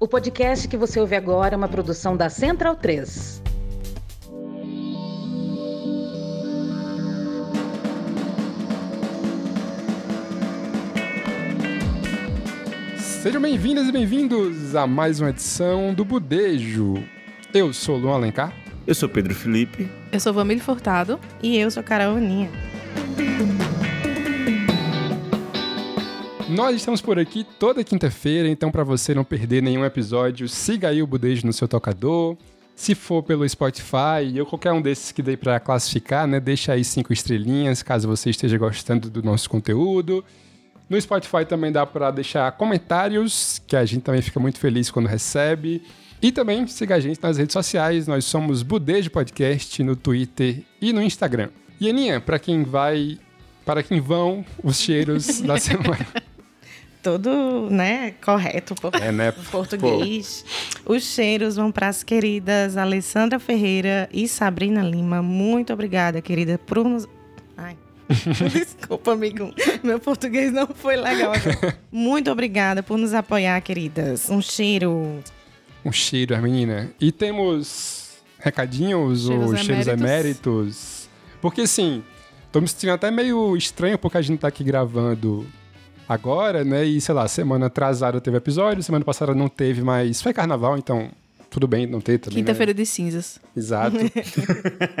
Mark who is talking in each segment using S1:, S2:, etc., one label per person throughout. S1: O podcast que você ouve agora é uma produção da Central 3.
S2: Sejam bem-vindas e bem-vindos a mais uma edição do Budejo. Eu sou Luan Alencar.
S3: Eu sou Pedro Felipe.
S4: Eu sou Vamílio Furtado.
S5: E eu sou Carol Aninha.
S2: Nós estamos por aqui toda quinta-feira, então para você não perder nenhum episódio, siga aí o Budejo no seu tocador. Se for pelo Spotify ou qualquer um desses que dei para classificar, né, deixa aí cinco estrelinhas, caso você esteja gostando do nosso conteúdo. No Spotify também dá para deixar comentários, que a gente também fica muito feliz quando recebe. E também siga a gente nas redes sociais, nós somos Budejo Podcast no Twitter e no Instagram. E Aninha, para quem vai, para quem vão os cheiros da semana.
S5: Todo, né, correto por
S2: É, né?
S5: português. Os cheiros vão para as queridas Alessandra Ferreira e Sabrina Lima. Muito obrigada, querida, por nos... Ai. Desculpa, amigo. Meu português não foi legal. agora. Muito obrigada por nos apoiar, queridas. Um cheiro.
S2: Um cheiro, a menina. E temos recadinhos
S4: Cheiros
S2: ou cheiros eméritos. Porque assim, tô me sentindo até meio estranho porque a gente tá aqui gravando agora, né? E sei lá, semana atrasada teve episódio, semana passada não teve, mas foi carnaval, então tudo bem não ter também. né?
S4: Quinta-feira de cinzas.
S2: Exato.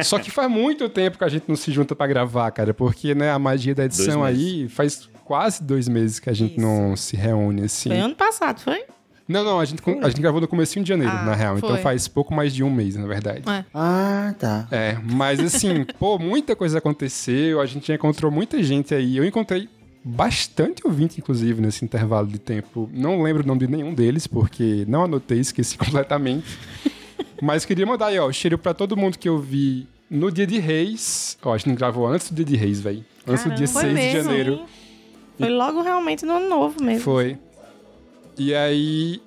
S2: Só que faz muito tempo que a gente não se junta pra gravar, cara, porque né, a magia da edição
S3: meses.
S2: aí faz quase dois meses que a gente
S5: Isso.
S2: não se reúne assim.
S5: Foi ano passado, foi?
S2: Não, não, a gente, a gente gravou no comecinho de janeiro,
S4: Ah,
S2: na real. Então
S4: foi.
S2: faz pouco mais de um mês, na verdade.
S4: É.
S3: Ah, tá.
S2: É, mas assim, pô, muita coisa aconteceu, a gente encontrou muita gente aí. Eu encontrei bastante ouvinte, inclusive, nesse intervalo de tempo. Não lembro o nome de nenhum deles, porque não anotei, esqueci completamente. mas queria mandar aí, ó, cheiro pra todo mundo que eu vi no dia de Reis. Ó, a gente gravou antes do dia de Reis, velho. Antes do dia
S5: Caramba,
S2: 6
S5: foi
S2: de
S4: mesmo,
S2: janeiro.
S5: Foi logo realmente no ano novo mesmo.
S2: Foi. E aí.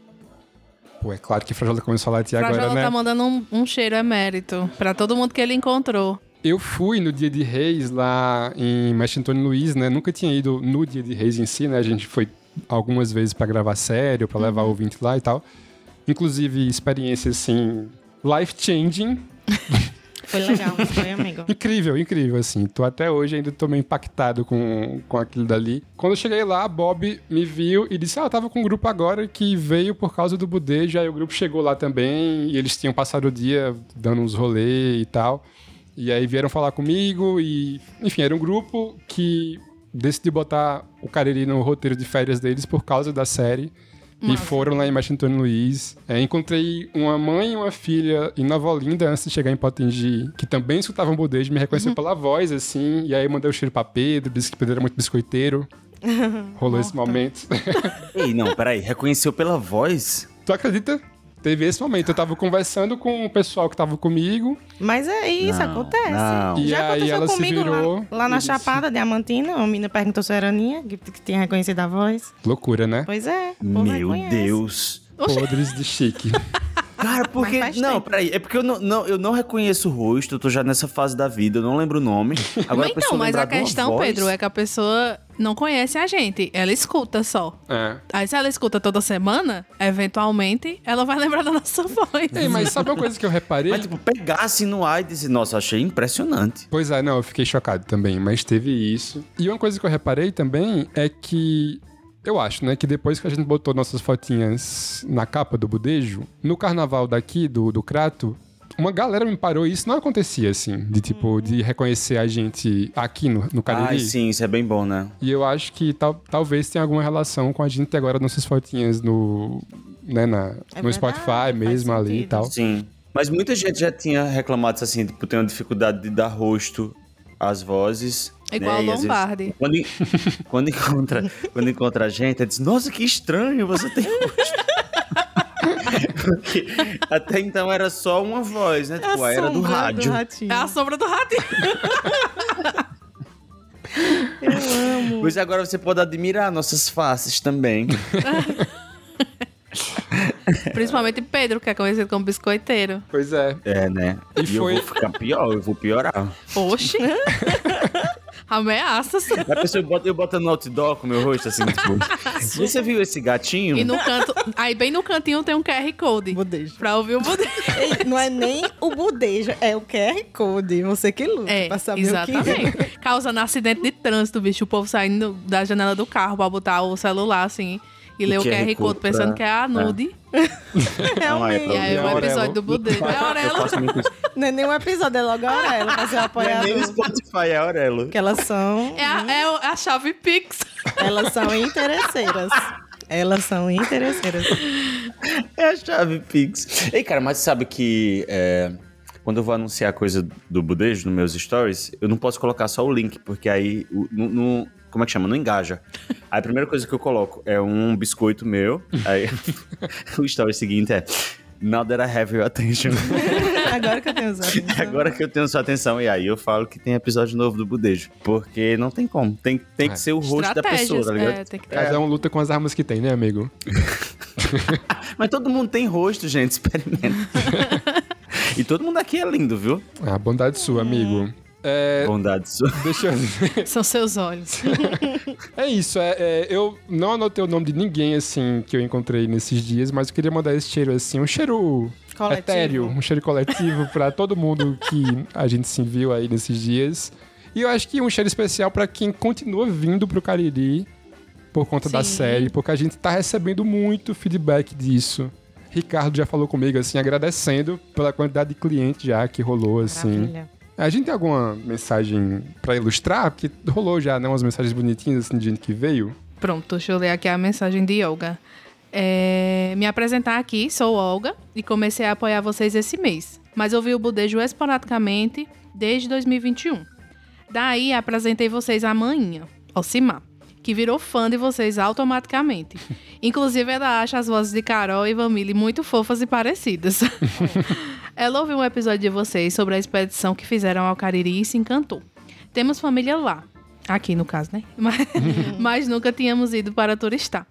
S2: Pô, é claro que a Frajola começou a latir agora,
S4: Frajola
S2: né?
S4: tá mandando um, um cheiro emérito pra todo mundo que ele encontrou.
S2: Eu fui no Dia de Reis lá em Mestre Antônio Luiz, né? Nunca tinha ido no Dia de Reis em si, né? A gente foi algumas vezes pra gravar sério, pra levar ouvinte lá e tal. Inclusive, experiência assim, life-changing.
S5: Foi legal, não foi, amigo?
S2: Incrível, incrível, assim. Tô até hoje ainda tô meio impactado com, com aquilo dali. Quando eu cheguei lá, Bob me viu e disse: Ah, eu tava com um grupo agora que veio por causa do budejo. Aí o grupo chegou lá também e eles tinham passado o dia dando uns rolês e tal. E aí vieram falar comigo e, enfim, era um grupo que decidiu botar o Cariri no roteiro de férias deles por causa da série. E foram lá em Washington Luiz. É, encontrei uma mãe e uma filha em Nova Olinda antes de chegar em Potengi, que também escutavam bodejo, me reconheceu pela voz, assim. E aí mandei o cheiro pra Pedro, disse que Pedro era muito biscoiteiro. Rolou esse momento.
S3: Ei, não, peraí. Reconheceu pela voz?
S2: tu acredita? Teve esse momento. Eu tava conversando com o pessoal que tava comigo.
S5: Mas é isso,
S3: Não,
S5: acontece.
S3: não.
S2: E
S5: Já
S2: aí
S5: aconteceu
S2: ela se
S5: comigo
S2: virou
S5: lá, lá
S2: e
S5: na
S2: disse-
S5: Chapada Diamantina. A menina perguntou se era Aninha, que, que tinha reconhecido a voz.
S2: Loucura, né?
S5: Pois é. o povo
S3: Meu
S5: reconhece.
S3: Deus.
S2: Podres de chique.
S3: Cara, porque.
S5: faz
S3: Não,
S5: tempo.
S3: peraí. É porque eu não, não- eu não reconheço o rosto, eu tô já nessa fase da vida, eu não lembro o nome. Agora a
S4: mas
S3: pessoa
S4: então, mas
S3: lembrar
S4: a
S3: de uma
S4: questão,
S3: voz-
S4: Pedro, é que a pessoa não conhece a gente. Ela escuta só.
S2: É.
S4: Aí se ela escuta toda semana, eventualmente, ela vai lembrar da nossa voz.
S2: Ei, mas sabe uma coisa que eu reparei?
S3: Mas, tipo, pegasse no ar e dizer, nossa, achei impressionante.
S2: Pois é, não, eu fiquei chocado também, mas teve isso. E uma coisa que eu reparei também é que. Eu acho, né, que depois que a gente botou nossas fotinhas na capa do budejo, no carnaval daqui, do, do Crato, uma galera me parou e isso não acontecia, assim, de tipo,
S5: Uhum.
S2: de reconhecer a gente aqui no, no Cariri.
S3: Ai, sim, isso é bem bom, né?
S2: E eu acho que tal- talvez tenha alguma relação com a gente ter agora nossas fotinhas no, né, na,
S5: É
S2: no
S5: verdade,
S2: Spotify
S5: faz
S2: mesmo ali e
S5: sentido.
S2: tal.
S3: Sim. Mas muita gente já tinha reclamado assim, tipo, tem uma dificuldade de dar rosto às vozes.
S4: Igual
S3: né? E
S4: a
S3: às vezes-
S4: Lombardi.
S3: quando, en- quando, encontra, quando encontra a gente, ela diz, nossa, que estranho, você tem rosto. Porque até então era só uma voz, né? Tipo, a era do
S5: Assombra
S3: rádio.
S5: um ratinho.
S4: É a sombra do ratinho.
S5: Eu amo.
S3: Pois agora você pode admirar nossas faces também.
S4: Principalmente Pedro, que é conhecido como biscoiteiro.
S2: Pois é.
S3: É, né?
S2: E
S3: E, eu
S2: foi-
S3: vou ficar pior, eu vou piorar.
S4: Oxi. Ameaças.
S3: A pessoa bota, eu boto no outdoor com o meu rosto, assim, tipo. Você viu esse gatinho?
S4: E no canto. Aí bem no cantinho tem um QR Code.
S5: Budejo.
S4: Pra ouvir o poder.
S5: Ei, Não é nem o budejo, é o QR Code. Você que luta
S4: É,
S5: pra saber o que é.
S4: exatamente. Causando acidente de trânsito, bicho. O povo saindo da janela do carro pra botar o celular, assim, e ler o QR Code, pensando que é a nude.
S3: Realmente.
S4: E aí
S2: É
S4: o
S2: Aurelo.
S4: episódio do Budejo. É
S3: Eu
S4: Aurelo.
S3: faço muito isso.
S5: Não é nem um episódio, é logo a Aurela, fazer o
S3: Não é
S5: apoiador.
S3: nem o Spotify, é Aurelo.
S5: Porque elas são,
S4: É a, é o- é a chave Pix.
S5: elas são interesseiras. Elas são interesseiras.
S3: É a chave Pix. Ei, cara, mas você sabe que é, quando eu vou anunciar a coisa do Budejo nos meus stories, eu não posso colocar só o link, porque aí o- não. não- como é que chama? Não engaja. Aí a primeira coisa que eu coloco é um biscoito meu. Aí o story seguinte é. Now that I have your attention.
S5: Agora que eu tenho os olhos.
S3: Agora que eu tenho sua atenção. E aí eu falo que tem episódio novo do Budejo. Porque não tem como. Tem,
S2: É.
S3: tem que ser o rosto da pessoa,
S4: Estratégias.
S3: tá ligado?
S4: é, tem que ter.
S2: Cada um luta com as armas que tem, né, amigo?
S3: Mas todo mundo tem rosto, gente. Experimenta. e todo mundo aqui é lindo, viu?
S2: Ah, bondade sua, amigo.
S5: É.
S3: É. Bondade sua.
S2: É, Deixa eu
S3: É.
S4: São seus olhos.
S2: É isso, é, é, eu não anotei o nome de ninguém, assim, que eu encontrei nesses dias, mas eu queria mandar esse cheiro, assim, um cheiro
S5: Coletivo.
S2: etéreo, um cheiro coletivo pra todo mundo que a gente se viu aí nesses dias. E eu acho que um cheiro especial pra quem continua vindo pro Cariri por conta da
S4: Sim.
S2: série, porque a gente tá recebendo muito feedback disso. Ricardo já falou comigo, assim, agradecendo pela quantidade de cliente já que rolou, assim.
S5: Maravilha.
S2: A gente tem alguma mensagem pra ilustrar? Porque rolou já, né? Umas mensagens bonitinhas assim, de gente que veio.
S4: Pronto, deixa eu ler aqui a mensagem de Olga. É, me apresentar aqui, sou Olga e comecei a apoiar vocês esse mês, mas ouvi o Budejo esporadicamente desde 2021. Daí apresentei vocês a maninha, Alcimar, que virou fã de vocês automaticamente. Inclusive, ela acha as vozes de Carol e Vamile muito fofas e parecidas. ela ouviu um episódio de vocês sobre a expedição que fizeram ao Cariri e se encantou. Temos família lá. Aqui, no caso, né? Mas, mas nunca tínhamos ido para turistar.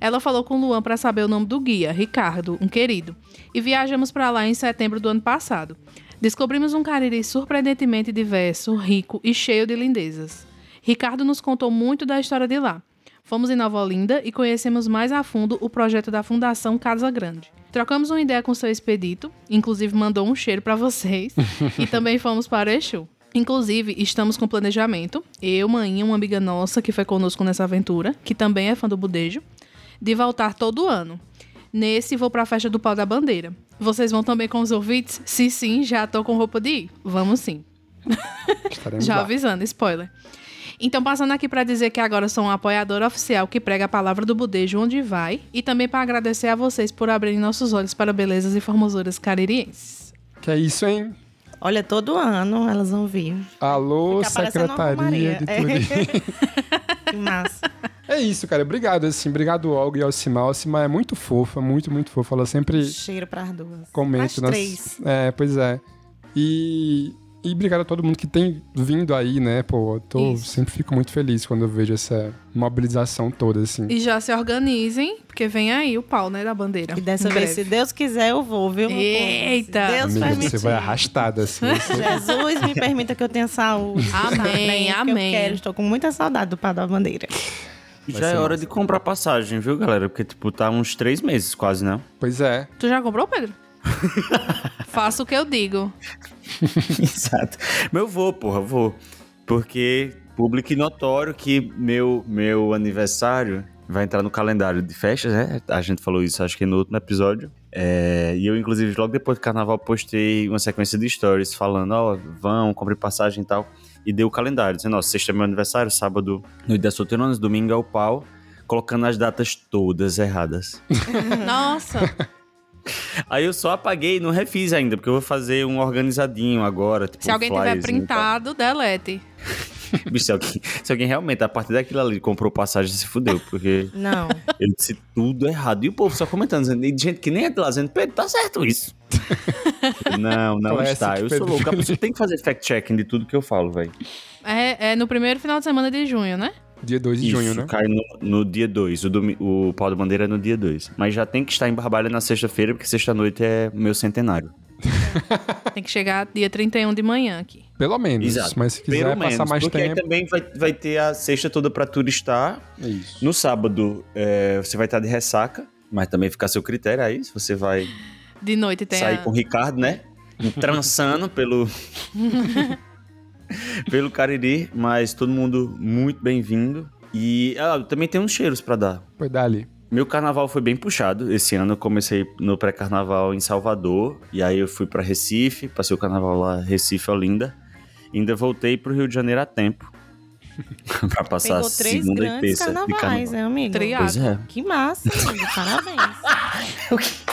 S4: Ela falou com Luan para saber o nome do guia, Ricardo, um querido. E viajamos para lá em setembro do ano passado. Descobrimos um Cariri surpreendentemente diverso, rico e cheio de lindezas. Ricardo nos contou muito da história de lá. Fomos em Nova Olinda e conhecemos mais a fundo o projeto da Fundação Casa Grande. Trocamos uma ideia com seu expedito, inclusive mandou um cheiro para vocês, e também fomos para Exu. Inclusive, estamos com planejamento. Eu, Maninha, uma amiga nossa que foi conosco nessa aventura, que também é fã do Budejo, de voltar todo ano. Nesse, vou pra festa do Pau da Bandeira. Vocês vão também com os ouvintes? Se sim, já tô com roupa de ir. Vamos sim.
S2: Estaremos
S4: Já
S2: lá.
S4: avisando, spoiler. Então, passando aqui pra dizer que agora sou uma apoiadora oficial que prega a palavra do Budejo onde vai e também pra agradecer a vocês por abrirem nossos olhos para belezas e formosuras caririenses.
S2: Que é isso, hein?
S5: né? Olha, todo ano elas vão vir.
S2: Alô,
S5: Fica É. parecendo uma
S2: Secretaria
S5: romaria.
S2: de Turismo.
S5: Que massa.
S2: É. isso, cara. Obrigado, assim. Obrigado, Olga e Alcimar. Alcimar é muito fofa, muito, muito fofa. Ela sempre
S5: Cheiro pras duas.
S2: comenta.
S5: As
S2: nas-
S5: três.
S2: É, pois é. E... E obrigado a todo mundo que tem vindo aí, né? Pô, eu tô,
S4: Isso.
S2: sempre fico muito feliz quando eu vejo essa mobilização toda, assim.
S4: E já se organizem, porque vem aí o pau, né, da bandeira.
S5: E dessa
S4: Em
S5: vez,
S4: breve.
S5: se Deus quiser, eu vou, viu? meu povo?
S4: Eita!
S5: Se Deus
S2: Amiga, você
S5: permitir.
S2: vai arrastada, assim.
S5: Jesus me permita que eu tenha saúde.
S4: Amém,
S5: que
S4: amém.
S5: Eu quero, estou com muita saudade do Pau da Bandeira.
S3: E
S2: Vai
S3: Já
S2: ser
S3: é hora de comprar passagem, viu, galera? Porque, tipo, tá uns três meses quase, né?
S2: pois é.
S4: Tu já comprou, Pedro? Faça o que eu digo.
S3: Exato. Mas eu vou, porra, eu vou. Porque público e notório que meu, meu aniversário vai entrar no calendário de festas, né? A gente falou isso, acho que no último episódio. É, e eu, inclusive, logo depois do carnaval, postei uma sequência de stories falando, ó, vão, compre passagem e tal. E dei o calendário, dizendo, ó, sexta é meu aniversário, sábado, noite das solteironas, domingo é o pau. Colocando as datas todas erradas.
S4: Nossa!
S3: Aí eu só apaguei e não refiz ainda, porque eu vou fazer um organizadinho agora. Tipo,
S4: Se alguém tiver
S3: flyerzinho e tal.
S4: printado, delete.
S3: Bicho, se alguém, se alguém realmente, a partir daquilo ali, comprou passagem, se fudeu, porque
S5: Não.
S3: ele disse tudo errado. E o povo só comentando, dizendo, e gente que nem é de lá, dizendo, Pedro, tá certo isso. não, não
S2: Classic
S3: está. Eu
S2: Pedro
S3: sou louco. A
S2: Felipe.
S3: pessoa tem que fazer fact-checking de tudo que eu falo, velho.
S4: É, é no primeiro final de semana de junho, né?
S2: Dia 2 de
S3: Isso,
S2: junho, né?
S3: cai no, no dia 2. O, domi- o pau da bandeira é no dia 2. Mas já tem que estar em Barbalha na sexta-feira, porque sexta-noite é meu centenário.
S4: Tem que chegar dia 31 de manhã aqui.
S2: Pelo menos.
S3: Exato.
S2: Mas se quiser
S3: Pelo
S2: passar
S3: menos,
S2: mais
S3: porque
S2: tempo.
S3: aí também vai, vai ter a sexta toda pra turistar.
S2: Isso.
S3: No sábado, é, você vai estar de ressaca, mas também fica a seu critério aí, se você vai
S4: De noite tem
S3: sair
S4: a...
S3: com o Ricardo, né? Trançando pelo... pelo Cariri, mas todo mundo muito bem-vindo. E ah, também tem uns cheiros pra dar.
S2: Foi dali.
S3: Meu carnaval foi bem puxado. Esse ano eu comecei no pré-carnaval em Salvador, e aí eu fui pra Recife, passei o carnaval lá, Recife, Olinda. Ainda voltei pro Rio de Janeiro a tempo. pra passar
S5: Pegou três
S3: segunda e
S5: grandes
S3: terça de
S5: carnavais,
S3: carnaval.
S5: né, amigo?
S4: Triado.
S3: Pois é.
S5: Que massa, amigo. Parabéns.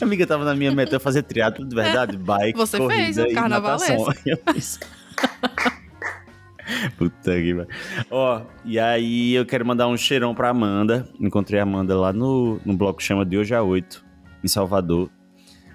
S3: Amiga, tava na minha meta eu fazer triatlo de
S5: É.
S3: verdade, bike,
S4: Você
S3: corrida
S4: fez um
S3: e
S4: carnavalesco.
S3: natação. Eu fiz. Puta que pariu. Ó, e aí eu quero mandar um cheirão pra Amanda. Encontrei a Amanda lá no, no bloco que chama De Hoje a Oito, em Salvador.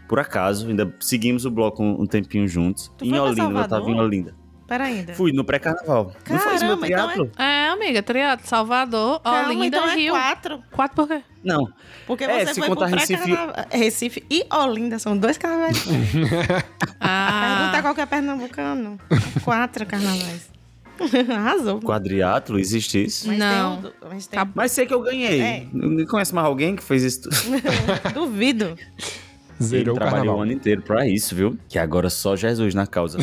S3: Por acaso, ainda seguimos o bloco um, um tempinho juntos.
S5: Tu
S3: em
S5: foi pra
S3: Olinda, ela
S5: Salvador?
S3: tava em Olinda.
S5: Pera ainda.
S3: Fui no pré-carnaval. Não faz meu
S5: Caramba, então é-
S3: triatlo?
S4: É, amiga, triado, Salvador,
S5: Calma,
S4: Olinda
S5: então é
S4: Rio.
S5: quatro.
S4: Quatro por quê?
S3: Não,
S5: Porque
S3: É,
S5: você
S3: se
S5: foi
S3: contar
S5: pro
S3: Recife-
S5: pré-carnaval- Recife e Olinda, são dois carnavais. Pergunta
S4: Ah,
S5: qual que é pernambucano. Quatro carnavais. Arrasou.
S3: quadriatlo, existe isso?
S5: Mas
S4: Não.
S5: Tem, um- mas tem,
S4: Tá-
S3: Mas sei que eu ganhei.
S5: É.
S3: Não Conhece mais alguém que fez isso? tudo?
S4: Tá
S5: um duvido.
S2: Zerou
S3: ele
S2: o
S3: trabalhou
S2: carnaval.
S3: o ano inteiro pra isso, viu? Que agora só Jesus na causa.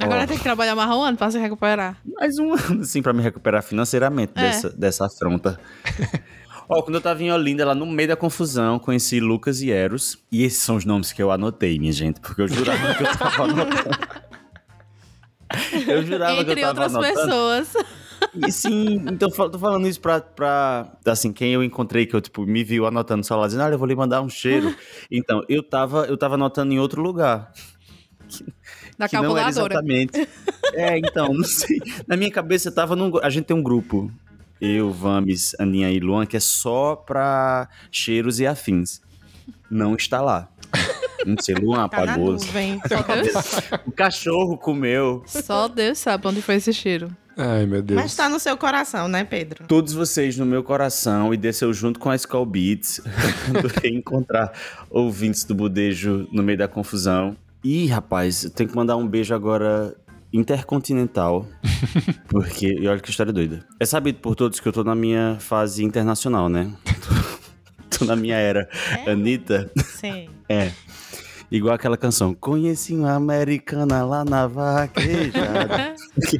S4: Ah, agora tem que trabalhar mais um ano pra se recuperar.
S3: Mais um ano, assim, pra me recuperar financeiramente
S4: É.
S3: dessa, dessa afronta. Ó, quando eu tava em Olinda, lá no meio da confusão, conheci Lucas e Eros. E esses são os nomes que eu anotei, minha gente, porque eu jurava que eu tava anotando. Eu jurava que
S4: Entre
S3: eu tava
S4: outras
S3: anotando.
S4: pessoas.
S3: E sim, então fal- tô falando isso pra, pra. Assim, quem eu encontrei que eu, tipo, me viu anotando no celular, dizendo, ah, eu vou lhe mandar um cheiro. Então, eu tava, eu tava anotando em outro lugar.
S4: Da
S3: que não era
S4: calculadora.
S3: exatamente. É, então, não sei. Na minha cabeça tava num. gru- A gente tem um grupo. Eu, Vames, Aninha e Luan, que é só pra cheiros e afins. Não está lá. Não sei, Luan
S5: Tá na
S3: apagou.
S5: nuvem.
S4: Só Deus,
S3: o cachorro comeu.
S4: só Deus sabe onde foi esse cheiro.
S2: Ai, meu Deus.
S5: Mas tá no seu coração, né, Pedro?
S3: Todos vocês no meu coração e desceu junto com a Skull Beats. Adorei encontrar ouvintes do Budejo no meio da confusão. Ih, rapaz, eu tenho que mandar um beijo agora intercontinental. Porque, e olha que história doida. É sabido por todos que eu tô na minha fase internacional, né? tô na minha era.
S5: É?
S3: Anitta,
S5: Sim.
S3: igual aquela canção. Conheci uma americana lá na vaquejada.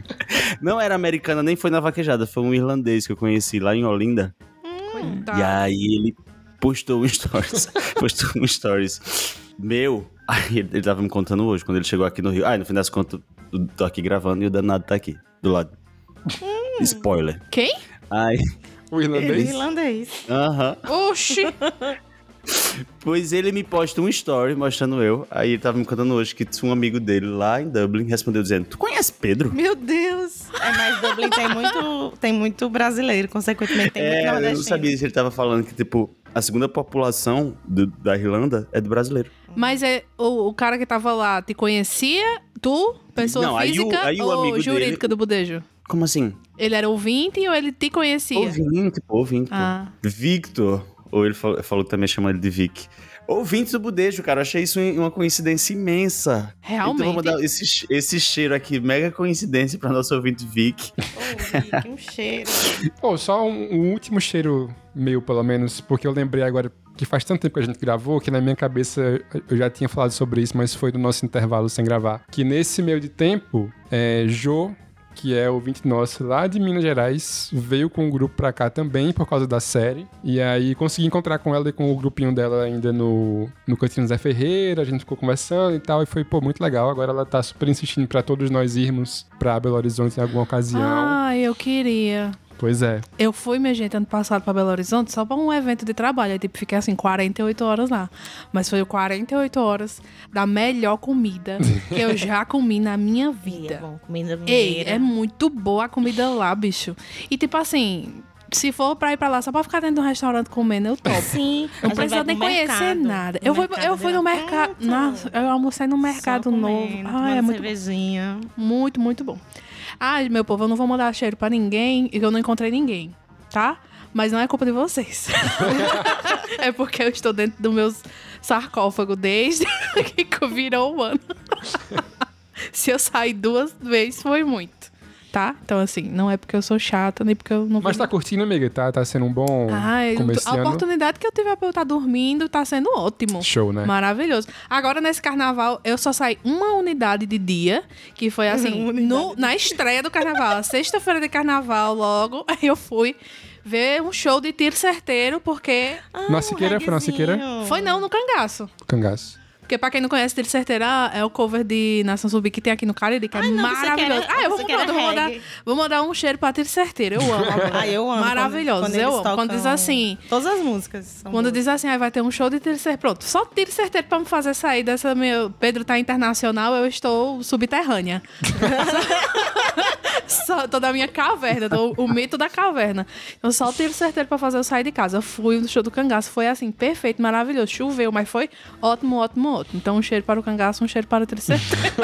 S3: Não era americana, nem foi na vaquejada. Foi um irlandês que eu conheci lá em Olinda.
S5: Tá.
S3: E
S4: Coitado.
S3: aí ele postou um stories. postou um stories. Meu. Aí ele ele tava me contando hoje, quando ele chegou aqui no Rio. Ah, e no fim das contas, eu tô aqui gravando e o danado tá aqui, do lado.
S5: Hum.
S3: Spoiler.
S4: Quem?
S3: Ai,
S2: O irlandês.
S5: Irlandês.
S3: aham.
S4: Oxi!
S3: Pois ele me posta um story mostrando eu. Aí ele tava me contando hoje que um amigo dele lá em Dublin respondeu dizendo: Tu conhece Pedro?
S5: Meu Deus. É, mas Dublin tem muito, tem muito brasileiro, consequentemente tem muito
S3: É, eu não
S5: nordestino.
S3: sabia se ele tava falando que, tipo, a segunda população do- da Irlanda é do brasileiro.
S4: Mas é, o, o cara que tava lá te conhecia? Tu, pessoa
S3: Não, aí o-
S4: física
S3: aí o amigo
S4: ou
S3: dele-
S4: jurídica do budejo?
S3: Como assim? tipo,
S4: Ele era ouvinte ou ele te conhecia?
S3: Ouvinte, pô, ouvinte. pô.
S4: Ah.
S3: Victor, ou ele falou, falou que também chama ele de Vic. Ouvinte do Budejo, cara, eu achei isso um, uma coincidência imensa.
S4: Realmente.
S3: Então vou mandar esse, che- esse cheiro aqui, mega coincidência pra nosso ouvinte Vic.
S5: Ô, Vicky, um cheiro.
S2: Pô, só um, um último cheiro meu, pelo menos, porque eu lembrei agora que faz tanto tempo que a gente gravou que na minha cabeça eu já tinha falado sobre isso, mas foi no nosso intervalo sem gravar. Que nesse meio de tempo, é, Jo, que é ouvinte nosso lá de Minas Gerais, veio com o grupo pra cá também por causa da série. E aí consegui encontrar com ela e com o grupinho dela ainda no, no Cantinho Zé Ferreira, a gente ficou conversando e tal, e foi, pô, muito legal. Agora ela tá super insistindo pra todos nós irmos pra Belo Horizonte em alguma ocasião.
S4: Ah, eu queria.
S2: Pois é.
S4: Eu fui, minha gente, ano passado pra Belo Horizonte só pra um evento de trabalho. Aí, tipo, fiquei assim 48 horas lá. Mas foi 48 horas da melhor comida que eu já comi na minha
S5: Comida
S4: vida.
S5: é bom, comida
S4: Ei,
S5: mineira.
S4: é muito boa a comida lá, bicho. E tipo assim, se for pra ir pra lá só pra ficar dentro de um restaurante comendo, eu topo.
S5: Sim, a
S4: Não
S5: gente
S4: precisa
S5: vai
S4: nem
S5: pro
S4: conhecer
S5: mercado.
S4: nada.
S5: No
S4: Eu fui,
S5: mercado
S4: eu fui
S5: dela.
S4: no mercado.
S5: Pronto.
S4: Nossa, eu almocei no mercado
S5: Só
S4: novo.
S5: comendo,
S4: Ah, é
S5: tomando
S4: muito,
S5: cervejinha.
S4: muito, muito bom. Ah, meu povo, eu não vou mandar cheiro pra ninguém e eu não encontrei ninguém, tá? Mas não é culpa de vocês. é porque eu estou dentro do meu sarcófago desde que eu virou humano. Se eu sair duas vezes, foi muito. Tá? Então, assim, não é porque eu sou chata, nem porque eu não
S2: Mas
S4: vou-
S2: tá curtindo, amiga? Tá, tá sendo um bom
S4: Ai,
S2: começo de
S4: a
S2: ano?
S4: oportunidade que eu tive pra eu estar dormindo tá sendo ótimo.
S2: Show, né?
S4: Maravilhoso. Agora, nesse carnaval, eu só saí uma unidade de dia, que foi assim,
S5: Uma
S4: no, na estreia do carnaval, a sexta-feira de carnaval, logo, aí eu fui ver um show de tiro certeiro, porque.
S5: Ah,
S2: Na Siqueira,
S5: um
S2: foi na Siqueira?
S5: Oh.
S4: Foi não, no cangaço.
S2: Cangaço.
S4: Porque pra quem não conhece Tiro Certeiro, ah, é o cover de Nação Zumbi que tem aqui no Cariri, que é
S5: Ai, não, você quer-
S4: maravilhoso. Ah, eu vou,
S5: você
S4: pronto,
S5: quer
S4: vou mandar,
S5: reggae.
S4: vou mandar um cheiro pra Tiro Certeiro. Eu amo.
S5: Ah, eu amo. quando-
S4: Maravilhoso,
S5: quando
S4: eu
S5: eles
S4: amo. Quando diz
S5: tocam-
S4: assim,
S5: Todas as músicas. São
S4: Quando
S5: boas.
S4: diz assim, ah, vai ter um show de tiro certeiro. Pronto, só tiro certeiro pra me fazer sair dessa meu Pedro tá internacional, eu estou subterrânea. só, tô da minha caverna, tô- o mito da caverna. Então só tiro certeiro pra fazer eu sair de casa. Eu Fui no show do cangaço, foi assim, perfeito, maravilhoso. Choveu, mas foi ótimo, ótimo, ótimo. Então um cheiro para o cangaço, um cheiro para o tiro certeiro.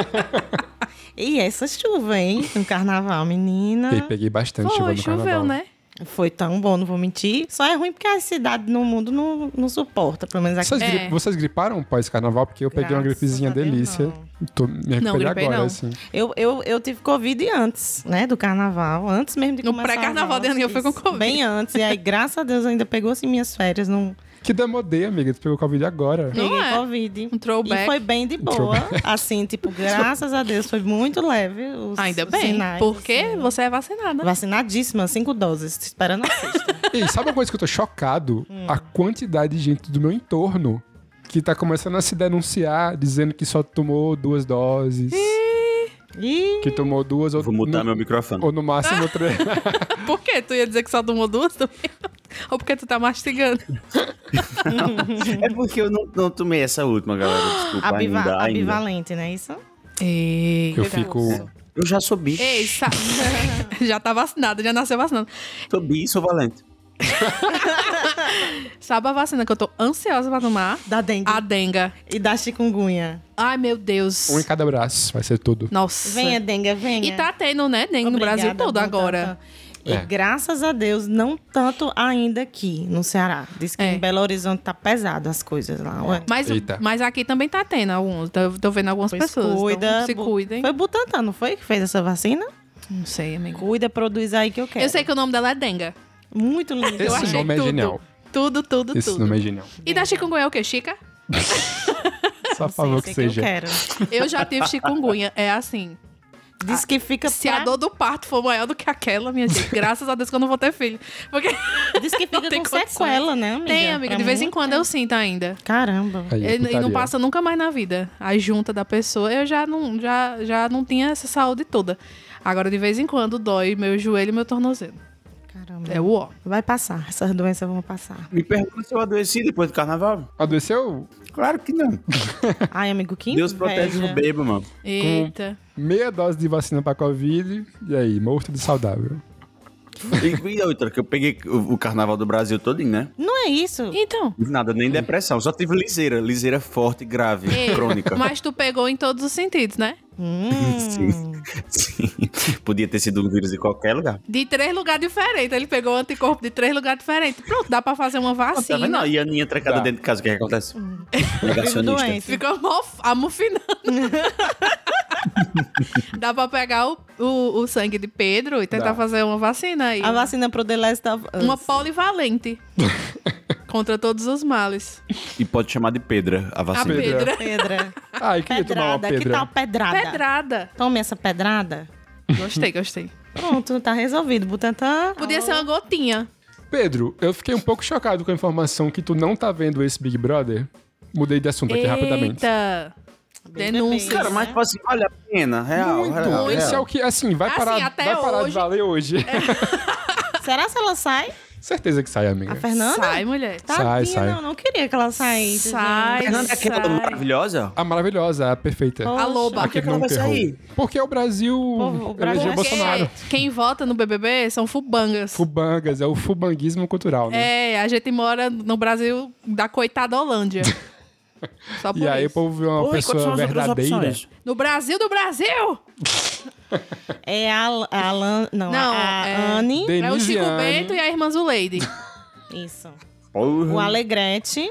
S5: E essa chuva, hein? No carnaval, menina.
S2: E peguei bastante chuva
S4: Foi,
S2: no
S4: choveu,
S2: carnaval.
S4: né?
S5: Foi tão bom, não vou mentir. Só é ruim porque a cidade no mundo não, não suporta, pelo menos aqui.
S2: Vocês, gri-
S4: É.
S2: vocês griparam pós-carnaval? Porque eu peguei uma
S5: Graças
S2: gripezinha
S5: a Deus,
S2: delícia. Tô, me
S4: Não,
S2: recuperei
S4: gripei
S2: agora,
S4: não.
S2: assim.
S5: Eu, eu, eu tive Covid antes, né? Do carnaval. Antes mesmo de
S4: No
S5: começar
S4: pré-carnaval
S5: as
S4: de Aninha,
S5: aulas,
S4: eu fui com
S5: isso,
S4: Covid.
S5: Bem antes. E aí, graças a Deus, ainda pegou assim minhas férias. Não
S2: Que demodei, amiga. Tu pegou Covid agora.
S4: Não
S5: peguei
S4: é.
S5: Covid.
S4: Um throwback.
S5: E foi bem de boa. Assim, tipo, graças a Deus, foi muito leve os
S4: Ah, Ainda
S5: os
S4: bem,
S5: sinais,
S4: porque
S5: assim.
S4: você é vacinada.
S5: Vacinadíssima, cinco doses. Esperando a sexta.
S2: E sabe uma coisa que eu tô chocado?
S4: Hum.
S2: A quantidade de gente do meu entorno que tá começando a se denunciar, dizendo que só tomou duas doses,
S5: Ih,
S2: que tomou duas ou,
S3: Vou mudar
S2: no,
S3: meu microfone.
S2: ou no máximo três.
S4: Por quê? Tu ia dizer que só tomou duas também? Ou porque tu tá mastigando?
S3: É porque eu não, não tomei essa última, galera. Desculpa,
S5: abiva-
S3: ainda, ainda.
S5: abivalente, né? Isso?
S4: Ei,
S2: Eu fico.
S3: Eu já sou bicho.
S4: Ei, sa... já tá vacinado, já nasceu vacinado.
S3: Sou bicho, sou valente.
S4: Sabe a vacina que eu tô ansiosa pra tomar?
S5: Da dengue.
S4: A denga.
S5: E da chikungunya.
S4: Ai, meu Deus.
S2: Um em cada braço, vai ser tudo.
S4: Nossa.
S5: Venha, dengue, venha.
S4: E tá tendo, né, dengue no
S5: Obrigada,
S4: Brasil todo
S5: não
S4: agora.
S5: tanto. E
S2: É.
S5: graças a Deus, não tanto ainda aqui no Ceará. Diz que
S4: É.
S5: em Belo Horizonte tá pesado as coisas lá. Ué.
S4: Mas,
S2: Eita.
S4: mas aqui também tá tendo alguns. Tô, tô vendo algumas
S5: Pois
S4: pessoas. Então, se
S5: Bu-
S4: cuidem.
S5: Foi Butantan, não foi? Que fez essa vacina?
S4: Não sei, amigo.
S5: Cuida, produz aí que eu quero.
S4: Eu sei que o nome dela é denga.
S5: Muito lindo.
S4: Eu
S2: Esse
S4: achei
S2: nome é
S4: tudo.
S2: genial.
S4: Tudo, tudo,
S2: Esse
S4: tudo.
S2: nome é genial.
S4: E da chikungunya é o quê? Chica?
S2: Só a favor que
S5: sei é que
S2: seja.
S5: eu quero. né?
S4: Eu já tive chikungunya. É assim.
S5: Diz que fica
S4: Se
S5: pra-
S4: a dor do parto for maior do que aquela, minha gente, graças a Deus que eu não vou ter filho. Porque
S5: Diz que
S4: Não
S5: fica
S4: tem
S5: com
S4: condições.
S5: sequela, né, amiga?
S4: tem, amiga,
S5: É
S4: de vez em
S5: muito-
S4: quando eu sinto ainda.
S5: Caramba.
S2: Aí,
S4: E, e
S2: putaria.
S4: não passa nunca mais na vida. A junta da pessoa, eu já não, já, já não tinha essa saúde toda. Agora, de vez em quando, dói meu joelho e meu tornozelo.
S5: Caramba.
S4: É o ó.
S5: Vai passar. Essas doenças vão passar.
S3: Me pergunta se eu adoeci depois do carnaval.
S2: Adoeceu
S3: Claro que não.
S5: Ai, amigo, que
S3: Deus
S5: inveja.
S3: protege o bêbado, mano.
S4: Eita.
S2: meia dose de vacina pra Covid. E aí, morto de saudável.
S3: E, e a outra, que eu peguei o, o carnaval do Brasil todinho, né?
S5: Não é isso.
S4: Então.
S3: Tive Nada, nem depressão. Só tive liseira. Liseira forte, grave,
S4: ei,
S3: crônica.
S4: mas tu pegou em todos os sentidos, né?
S5: Hum.
S3: Sim. Sim. Podia ter sido um vírus de qualquer lugar.
S4: De três lugares diferentes. Ele pegou anticorpo de três lugares diferentes. Pronto, dá pra fazer uma
S3: Não, tá vendo?
S4: vacina.
S3: Não, e a Aninha trancada
S2: Tá.
S3: dentro de casa, o que, é que acontece?
S5: Viva
S3: Negacionista.
S5: doença.
S4: Ficou mof- amufinando. Dá pra pegar o, o, o sangue de Pedro e tentar
S2: Dá.
S4: fazer uma vacina aí.
S5: A vacina pro The Last of Us.
S4: Uma polivalente. Contra todos os males.
S3: E pode chamar de Pedra a
S4: A
S3: vacina.
S2: Pedra.
S4: pedra.
S5: pedra.
S2: Ai, Ah, queria tomar uma
S5: pedrada. Que tal
S2: pedra.
S5: pedrada?
S4: Pedrada.
S5: Tome essa pedrada.
S4: Gostei, gostei.
S5: Pronto, tá resolvido. Butantan.
S4: Podia ser uma gotinha.
S2: Pedro, eu fiquei um pouco chocado com a informação que tu não tá vendo esse Big Brother. Mudei de assunto aqui rapidamente.
S4: Eita. Denúncia.
S5: Cara,
S3: Cara, mas tipo assim, vale a pena, real, real, real.
S2: Muito. Esse é o que, assim, vai
S4: Assim,
S2: parar,
S4: até
S2: vai parar de
S4: hoje- É.
S2: valer hoje.
S5: Será que ela sai?
S2: Certeza que sai,
S5: A
S2: amiga.
S5: Fernanda?
S4: Sai, mulher.
S5: Tadinha,
S2: Sai, sai.
S5: não. Não queria que ela saísse.
S4: Sai.
S5: gente.
S3: Fernanda é aquela
S4: Sai.
S3: maravilhosa?
S2: A maravilhosa, a perfeita.
S5: Poxa.
S4: A loba.
S2: A que
S3: que ela
S2: nunca
S3: vai sair?
S2: errou. Porque o Brasil
S5: Povo, o Brasil-
S2: elegeu é o
S4: Porque
S2: Bolsonaro.
S4: é quem vota no BBB são fubangas.
S2: Fubangas, é o fubanguismo cultural, né?
S4: É, a gente mora no Brasil da coitada Holândia. Só por
S2: e aí o
S4: isso.
S2: povo vê uma
S3: Porra, e quais são
S2: pessoa
S3: as outras
S2: verdadeira.
S3: opções?
S4: No Brasil do Brasil!
S5: É a, Al- a Alan. Não,
S4: Não,
S5: a
S4: é-
S5: Anne.
S4: É o Chico
S2: Denisiane.
S4: Bento e a irmã Zuleide.
S5: Isso. O
S3: Porra.
S5: Alegrete.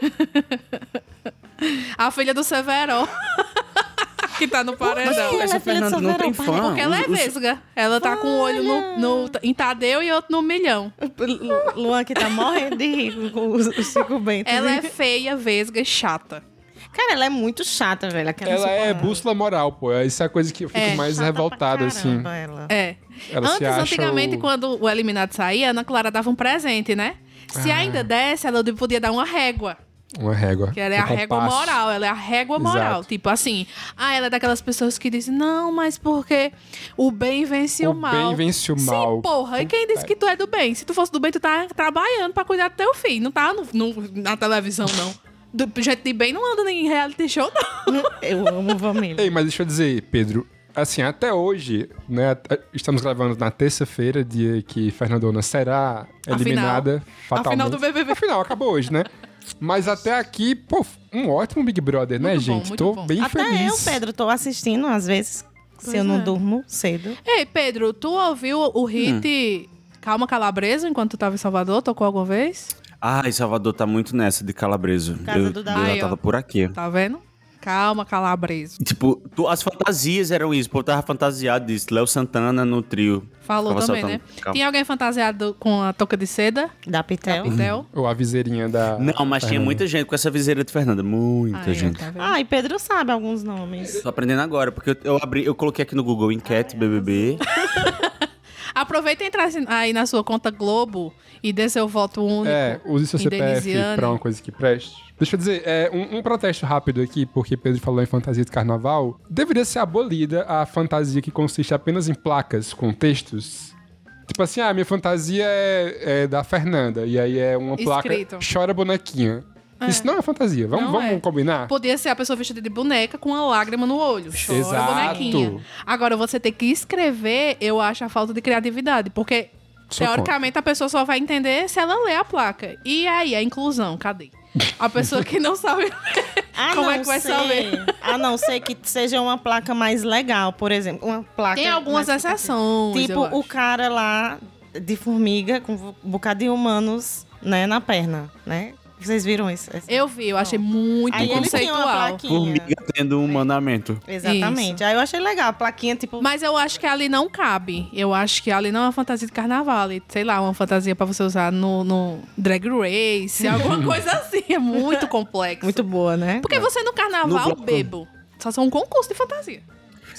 S4: A filha do Severo. que tá no paredão.
S5: Ela é filha de São
S3: não
S5: Verão,
S3: tem
S5: pai.
S3: fã.
S4: Porque ela é
S3: Os-
S4: vesga. Ela tá com um olho no, no- em Tadeu e outro no milhão.
S5: Lu- Luan que tá morrendo de rir com o o Chico Bento. né?
S4: Ela é feia, vesga e chata.
S5: Cara, ela é muito chata, velho. aquela
S2: Ela é
S5: insuportável.
S2: bússola moral, pô. Isso é a coisa que eu fico
S4: É,
S2: mais
S5: Chata pra
S2: revoltado, assim.
S5: caramba, Ela.
S4: É.
S2: Ela se
S4: Antes,
S2: acha
S4: antigamente,
S2: o-
S4: quando o eliminado saía, Ana Clara dava um presente, né? Se
S2: Ah.
S4: ainda desse, ela podia dar uma régua.
S2: Uma régua.
S4: Que ela é
S2: um
S4: a régua
S2: compasso.
S4: moral, ela é a régua moral.
S2: Exato.
S4: Tipo assim, ah, ela é daquelas pessoas que dizem, não, mas porque o bem vence o,
S2: O bem
S4: mal.
S2: vence o
S4: Sim,
S2: mal.
S4: porra, e quem disse que tu é do bem? Se tu fosse do bem, tu tá trabalhando pra cuidar do teu filho, não tá no- no- na televisão, não. Do, gente de bem não anda nem em reality show, não.
S5: É, Eu amo família.
S2: Ei, mas deixa eu dizer, Pedro. Assim, até hoje, né? at- Estamos gravando na terça-feira, dia que Fernandona será
S4: A
S2: eliminada
S4: final. A
S2: fatalmente.
S4: final do BBB.
S2: Afinal, acabou hoje, né? Mas até aqui, pô, um ótimo Big Brother, né,
S4: Muito bom,
S2: gente?
S4: muito
S2: Tô
S4: bom.
S2: bem
S5: Até
S2: feliz.
S5: eu, Pedro, tô assistindo às vezes,
S4: Pois
S5: se eu não
S4: é.
S5: durmo cedo.
S4: Ei, Pedro, tu ouviu o hit Calma Calabresa enquanto tu tava em Salvador? Tocou alguma vez?
S3: Ai, Salvador tá muito nessa de calabreso.
S5: Casa
S3: eu,
S5: do
S3: eu
S5: Davi.
S4: Aí,
S3: já
S4: ó.
S3: tava por aqui.
S4: Tá vendo? Calma Calabreso.
S3: Tipo, tu- as fantasias eram isso. O povo tava fantasiado disso. Léo Santana no trio.
S4: Falou
S3: Tava
S4: também,
S3: soltando.
S4: né?
S3: Calma. Uhum.
S4: Tem alguém fantasiado com a touca de seda?
S5: Da
S2: Tá
S5: Pitel.
S4: Pitel?
S2: Ou a viseirinha da.
S3: Não, mas tinha
S2: Ah, Fernanda.
S3: muita gente com essa viseira de Fernanda. Muita
S4: Aí, ó,
S3: gente.
S4: tá vendo?
S5: Ah, e Pedro sabe alguns nomes.
S3: Tô aprendendo agora, porque eu, eu abri, eu coloquei aqui no Google enquete BBB.
S4: Aproveita e entra assim- aí na sua conta Globo e dê seu voto único.
S2: É, use seu
S4: E
S2: CPF
S4: Denisiane.
S2: pra um uma coisa que preste. Deixa eu dizer, é, um, um protesto rápido aqui, porque Pedro falou em fantasia de carnaval. Deveria ser abolida a fantasia que consiste apenas em placas com textos. Tipo assim, ah, minha fantasia é, é da Fernanda. E aí é uma placa.
S4: Escrito.
S2: Chora bonequinha. Isso não é fantasia. Vamos,
S4: Não
S2: vamos
S4: é.
S2: combinar?
S4: Podia ser a pessoa vestida de boneca com uma lágrima no olho. Chora,
S2: Exato.
S4: bonequinha. Agora, você ter que escrever, eu acho a falta de criatividade, porque
S2: Sou
S4: teoricamente a pessoa só vai entender se ela ler a placa. E aí, a inclusão, cadê? A pessoa que não sabe ler.
S5: Ah,
S4: Como
S5: não
S4: é que vai
S5: ser-
S4: saber?
S5: A não ser que seja uma placa mais legal, por exemplo. Uma placa
S4: Tem algumas
S5: mais-
S4: exceções.
S5: Tipo
S4: eu acho.
S5: o cara lá de formiga com um bocado de humanos, né, na perna, né? Vocês viram isso?
S4: Eu vi, eu achei muito
S5: Aí ele tinha
S4: conceitual.
S5: uma plaquinha.
S3: Formiga tendo um manamento.
S5: Exatamente. Aí eu achei legal. A plaquinha, tipo,
S4: Mas eu acho que ali não cabe. Eu acho que ali não é uma fantasia de carnaval. Ali, sei lá, uma fantasia pra você usar no, no Drag Race, alguma coisa assim. É muito complexo.
S5: muito boa, né?
S4: Porque você
S3: É.
S4: no
S3: No
S4: carnaval
S3: bloco.
S4: bebo. Só são um concurso de fantasia.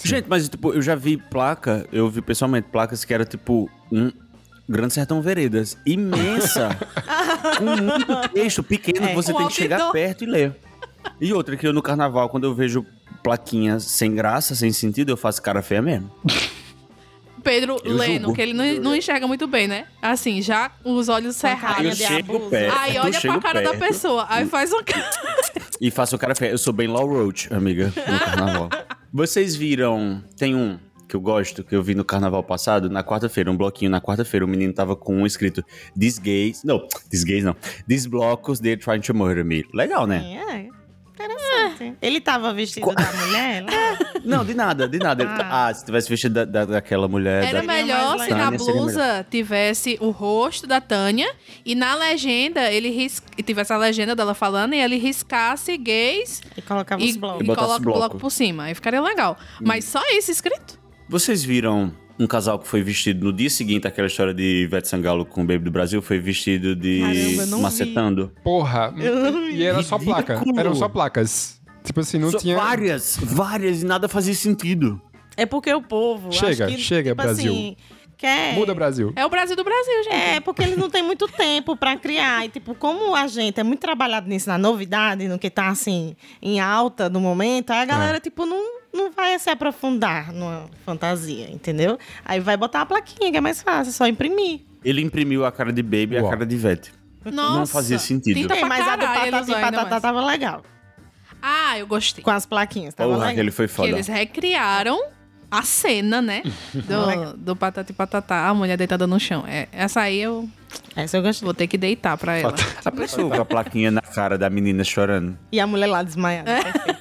S3: Gente, mas tipo, eu já vi placa, eu vi pessoalmente placas que era tipo um Grande Sertão Veredas, imensa, com muito texto pequeno, que você
S4: com
S3: tem que chegar
S4: outdoor.
S3: perto e ler. E outra que eu no carnaval, quando eu vejo plaquinha sem graça, sem sentido, eu faço cara feia mesmo.
S4: Pedro
S3: Eu
S4: Leno,
S3: julgo.
S4: que ele não, não enxerga muito bem, né? Assim, já os olhos
S3: Aí eu
S5: Cara Tá de
S4: cerrados.
S3: chego
S5: abuso.
S3: perto,
S4: Aí
S3: eu
S4: olha
S3: chego
S4: pra cara
S3: perto
S4: da pessoa, aí faz uma cara.
S3: E faço cara feia. Eu sou bem Law Roach, amiga, no carnaval. Vocês viram, tem um que eu gosto, que eu vi no carnaval passado, na quarta-feira, um bloquinho na quarta-feira, o menino tava com um escrito These gays, não, these gays não, these blocos, they're trying to murder me. Legal, né?
S5: É, interessante. Ele tava vestido da mulher lá.
S3: Não, de nada, de nada. Ele tá- Ah, se tivesse vestido da, da- daquela mulher...
S4: Era
S3: da-
S5: mais né?
S4: melhor se na
S3: legal. Seria
S4: blusa tivesse o rosto da Tânia e na legenda ele ris... e tivesse a legenda dela falando e ele riscasse gays
S5: E colocava
S4: e,
S5: os
S4: e
S5: blocos.
S3: botasse
S4: coloca o
S3: bloco.
S4: bloco por cima. Aí ficaria legal. Mas só isso escrito.
S3: Vocês viram um casal que foi vestido no dia seguinte, aquela história de Ivete Sangalo com o Baby do Brasil, foi vestido de
S5: Caramba, eu não vi.
S3: macetando?
S2: Porra. E era só placa.
S3: Ridículo.
S2: Eram só placas. Tipo assim, não
S3: Só
S2: tinha.
S3: Várias, várias, e nada fazia sentido.
S5: É porque o povo. acho
S2: Chega,
S5: que,
S2: chega,
S5: tipo
S2: Brasil.
S5: Assim, quer.
S2: Muda Brasil.
S4: É o Brasil do Brasil, gente.
S5: É, porque ele não tem muito tempo pra criar. E, tipo, como a gente é muito trabalhado nisso, na novidade, no que tá, assim, em alta no momento, aí a galera, tipo, não, não vai se aprofundar numa fantasia, entendeu? Aí vai botar a plaquinha, que é mais fácil, é só imprimir.
S3: Ele imprimiu a cara de Baby e
S2: Uau.
S3: a cara de Ivete.
S4: Nossa.
S3: fazia sentido.
S4: Tinta
S5: Tem,
S4: pra
S5: mas a do
S4: caralho, eles
S5: Patati
S4: vão ainda
S5: Patatá
S4: mais.
S5: tava legal.
S4: Ah, eu gostei.
S5: Com as plaquinhas, tava
S3: Porra,
S5: legal.
S3: aquele foi
S4: Que
S3: foda.
S4: eles recriaram a cena, né? Do, do Patati Patatá, a mulher deitada no chão. É, essa aí eu
S5: Essa eu gostei.
S4: vou ter que deitar pra ela.
S3: A pessoa com a plaquinha na cara da menina chorando.
S5: E a mulher lá desmaiada.
S4: é, tá,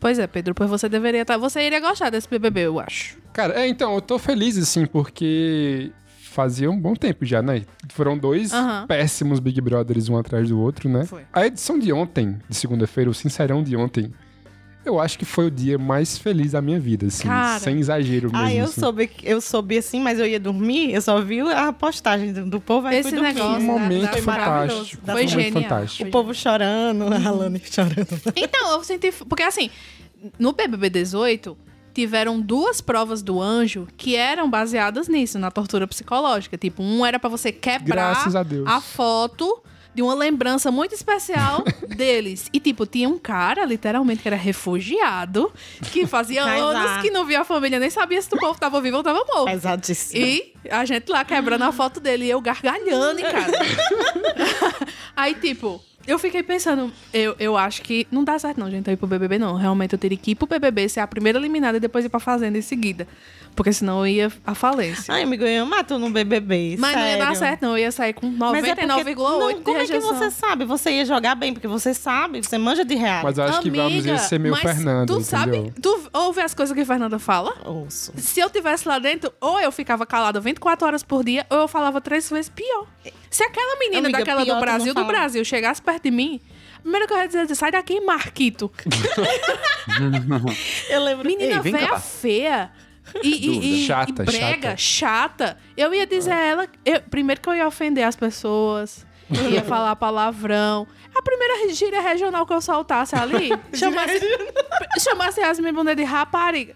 S4: Pois é, Pedro, pois você deveria estar. Você iria gostar desse BBB, eu acho.
S2: Cara, é, então, eu tô feliz, assim, porque fazia um bom tempo já, né? Foram dois
S4: Aham.
S2: péssimos Big Brothers um atrás do outro, né?
S4: Foi.
S2: A edição de ontem, de segunda-feira, o Sincerão de ontem, eu acho que foi o dia mais feliz da minha vida, assim,
S4: Cara.
S2: sem exagero mesmo.
S5: Ah, eu
S2: assim.
S5: soube, eu soube assim, mas eu ia dormir, eu só vi a postagem do, do povo aí
S4: Esse
S5: fui dormir.
S4: negócio,
S2: Um momento
S4: Foi maravilhoso.
S2: fantástico.
S4: Foi
S2: um momento
S4: genial.
S2: fantástico.
S5: O povo chorando, a Alane chorando.
S4: Então, eu senti. Porque assim, no BBB 18, tiveram duas provas do anjo que eram baseadas nisso, na tortura psicológica. Tipo, um era pra você quebrar
S2: Graças a Deus.
S4: a foto de uma lembrança muito especial deles. E, tipo, tinha um cara, literalmente, que era refugiado, que fazia
S5: Vai lá.
S4: anos que não via a família, nem sabia se o povo tava vivo ou tava morto.
S5: Pesadíssimo.
S4: E a gente lá quebrando a foto dele e eu gargalhando em casa. Aí, tipo, eu fiquei pensando, eu, eu acho que não dá certo não, gente, eu ir pro BBB não. Realmente eu teria que ir pro BBB, ser a primeira eliminada e depois ir pra Fazenda em seguida. Porque senão eu ia à falência.
S5: Ai, amigo, eu mato no BBB,
S4: Mas não ia
S5: sério.
S4: dar certo não, eu ia sair com
S5: Mas é porque-
S4: 99,8 de
S5: Não, Como é que
S4: rejeição.
S5: você sabe? Você ia jogar bem, porque você sabe, você manja de real.
S2: Mas eu acho que vamos ia ser meio
S4: mas
S2: Fernando,
S4: tu
S2: entendeu?
S4: sabe, tu ouve as coisas que a Fernanda fala?
S5: Ouço.
S4: Se eu tivesse lá dentro, ou eu ficava calada 24 horas por dia, ou eu falava três vezes pior. Se aquela menina
S5: Amiga,
S4: daquela do
S5: pior tu não
S4: Brasil, do
S5: fala.
S4: Brasil, chegasse perto de mim, primeiro que eu ia dizer, é, sai daqui, Marquito.
S5: Eu lembro.
S4: Menina
S3: Ei, vem
S4: véia
S3: cá.
S4: feia. E, e, e,
S2: Chata,
S4: e
S2: chata.
S4: brega, chata. Eu ia dizer a ela, eu- primeiro que eu ia ofender as pessoas, eu ia falar palavrão. A primeira gíria regional que eu soltasse ali, chamasse, chamasse as minhas bunda de rapariga.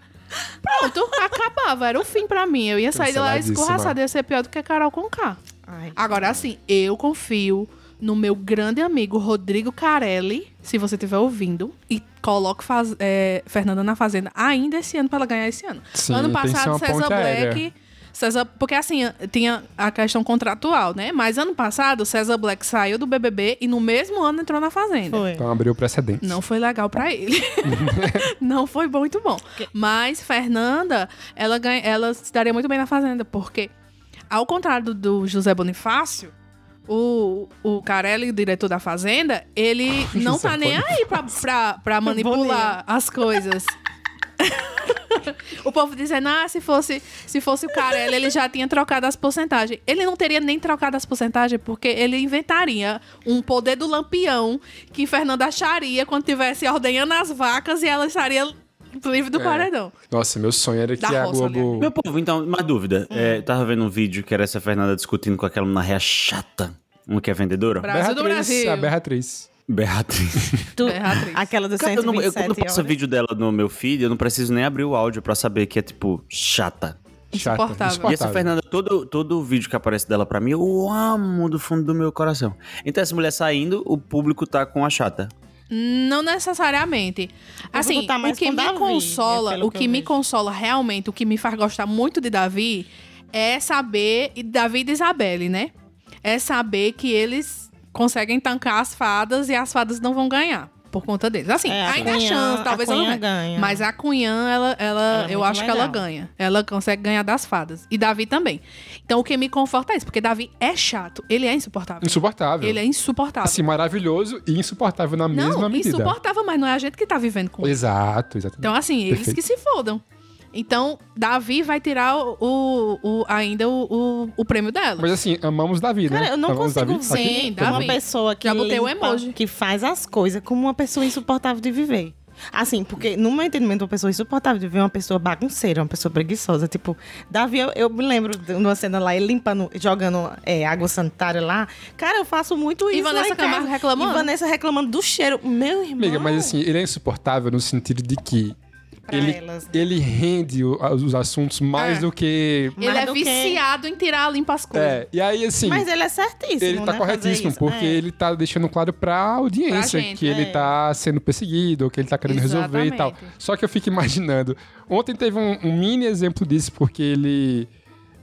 S4: Pronto, acabava, era o fim pra mim. Eu ia sair de lá
S2: Canceladíssima.
S4: escorraçada, ia ser pior do que Carol Conká.
S5: Ai,
S4: Agora, assim, eu confio no meu grande amigo Rodrigo Carelli, se você estiver ouvindo, e coloco faz- é, Fernanda na Fazenda ainda esse ano pra ela ganhar esse ano.
S2: Sim,
S4: ano
S2: tem que ser
S4: passado,
S2: uma
S4: César
S2: ponte aérea.
S4: Black. César, porque assim, tinha a questão contratual, né? Mas ano passado, César Black saiu do BBB e no mesmo ano entrou na Fazenda.
S5: foi.
S2: Então abriu precedentes.
S4: Não foi legal pra ele. não foi muito bom. Mas Fernanda, ela, ganha, ela se daria muito bem na Fazenda, porque, ao contrário do, do José Bonifácio, o, o Carelli, o diretor da Fazenda, ele não
S2: José
S4: tá nem aí pra, pra, pra manipular as coisas. o povo dizendo, ah, se fosse, se fosse o Carelli, ele já tinha trocado as porcentagens. Ele não teria nem trocado as porcentagens, porque ele inventaria um poder do lampião que Fernanda acharia quando tivesse ordenhando as vacas e ela estaria livre do
S2: É.
S4: paredão.
S2: Nossa, meu sonho era que
S4: Da
S2: a
S4: roça,
S2: Globo...
S3: Meu povo, então, uma dúvida. É, eu tava vendo um vídeo que era essa Fernanda discutindo com aquela narreia chata. Uma que é vendedora?
S4: Bra- Brasil do Brasil.
S2: A Berratriz.
S3: Beatriz.
S5: Tu-
S4: Berratriz.
S5: Aquela do
S3: Cara, eu
S5: 127
S3: não, eu, quando passa
S5: horas.
S3: vídeo dela no meu feed, eu não preciso nem abrir o áudio pra saber que é, tipo, chata.
S2: Chata,
S4: Insuportável.
S2: insuportável.
S3: E essa Fernanda, todo, todo o vídeo que aparece dela pra mim, eu amo do fundo do meu coração. Então, essa mulher saindo, o público tá com a chata.
S4: Não necessariamente. Assim,
S5: tá
S4: o
S5: mais
S4: que
S5: com
S4: me
S5: Davi,
S4: consola,
S5: é pelo
S4: o
S5: que
S4: que
S5: eu
S4: me
S5: vejo.
S4: consola realmente, o que me faz gostar muito de Davi é saber e Davi e de Isabelle, né? É saber que eles conseguem tancar as fadas e as fadas não vão ganhar por conta deles. Assim,
S5: É, a
S4: ainda há
S5: Cunhã-
S4: chance,
S5: a
S4: talvez ela não
S5: Cunhã
S4: ganhe.
S5: ganha.
S4: Mas a Cunhã, ela, ela-
S5: Ela é
S4: eu
S5: muito
S4: acho que ela
S5: legal.
S4: ganha. Ela consegue ganhar das fadas. E Davi também. Então o que me conforta é isso, porque Davi é chato, ele é insuportável.
S2: Insuportável.
S4: Ele é insuportável.
S2: Assim, maravilhoso e insuportável na mesma
S4: Não,
S2: medida.
S4: insuportável, mas não é a gente que tá vivendo com ele.
S2: Exato, exatamente.
S4: Então, assim, eles
S2: Perfeito.
S4: que se fodam. Então, Davi vai tirar o, o- o- ainda o, o- o prêmio dela.
S2: Mas assim, amamos Davi, né?
S5: Cara, eu não
S2: amamos Assim,
S5: consigo
S2: Davi.
S5: ver
S4: Sim, dá
S2: um
S5: uma
S4: bem.
S5: pessoa que
S4: Já botei o
S5: limpa,
S4: emoji.
S5: que faz as coisas como uma pessoa insuportável de viver. Assim, porque no meu entendimento, uma pessoa insuportável de viver é uma pessoa bagunceira, uma pessoa preguiçosa. Tipo, Davi, eu, eu me lembro de uma cena lá, ele limpando, jogando é, água sanitária lá. Cara, eu faço muito
S4: E
S5: isso.
S4: Vanessa
S5: lá em casa.
S4: Camargo reclamando?
S5: E Vanessa reclamando do cheiro. Meu irmão.
S2: Amiga, mas assim, ele é insuportável no sentido de que
S5: Pra
S2: ele,
S5: elas, né?
S2: ele rende o- os assuntos mais
S4: É.
S2: do que.
S4: ele
S5: mas
S4: é
S5: do que-
S4: viciado em tirar limpa as coisas.
S2: É, e aí assim.
S5: Mas ele é certíssimo.
S2: ele tá
S5: né, fazer
S2: corretíssimo,
S5: isso.
S2: porque
S5: É.
S2: ele tá deixando claro pra audiência
S4: Pra gente,
S2: que ele
S5: é.
S2: tá sendo perseguido, ou que ele tá querendo resolver e tal.
S4: Exatamente.
S2: Só que eu fico imaginando. Ontem teve um, um mini exemplo disso, porque ele.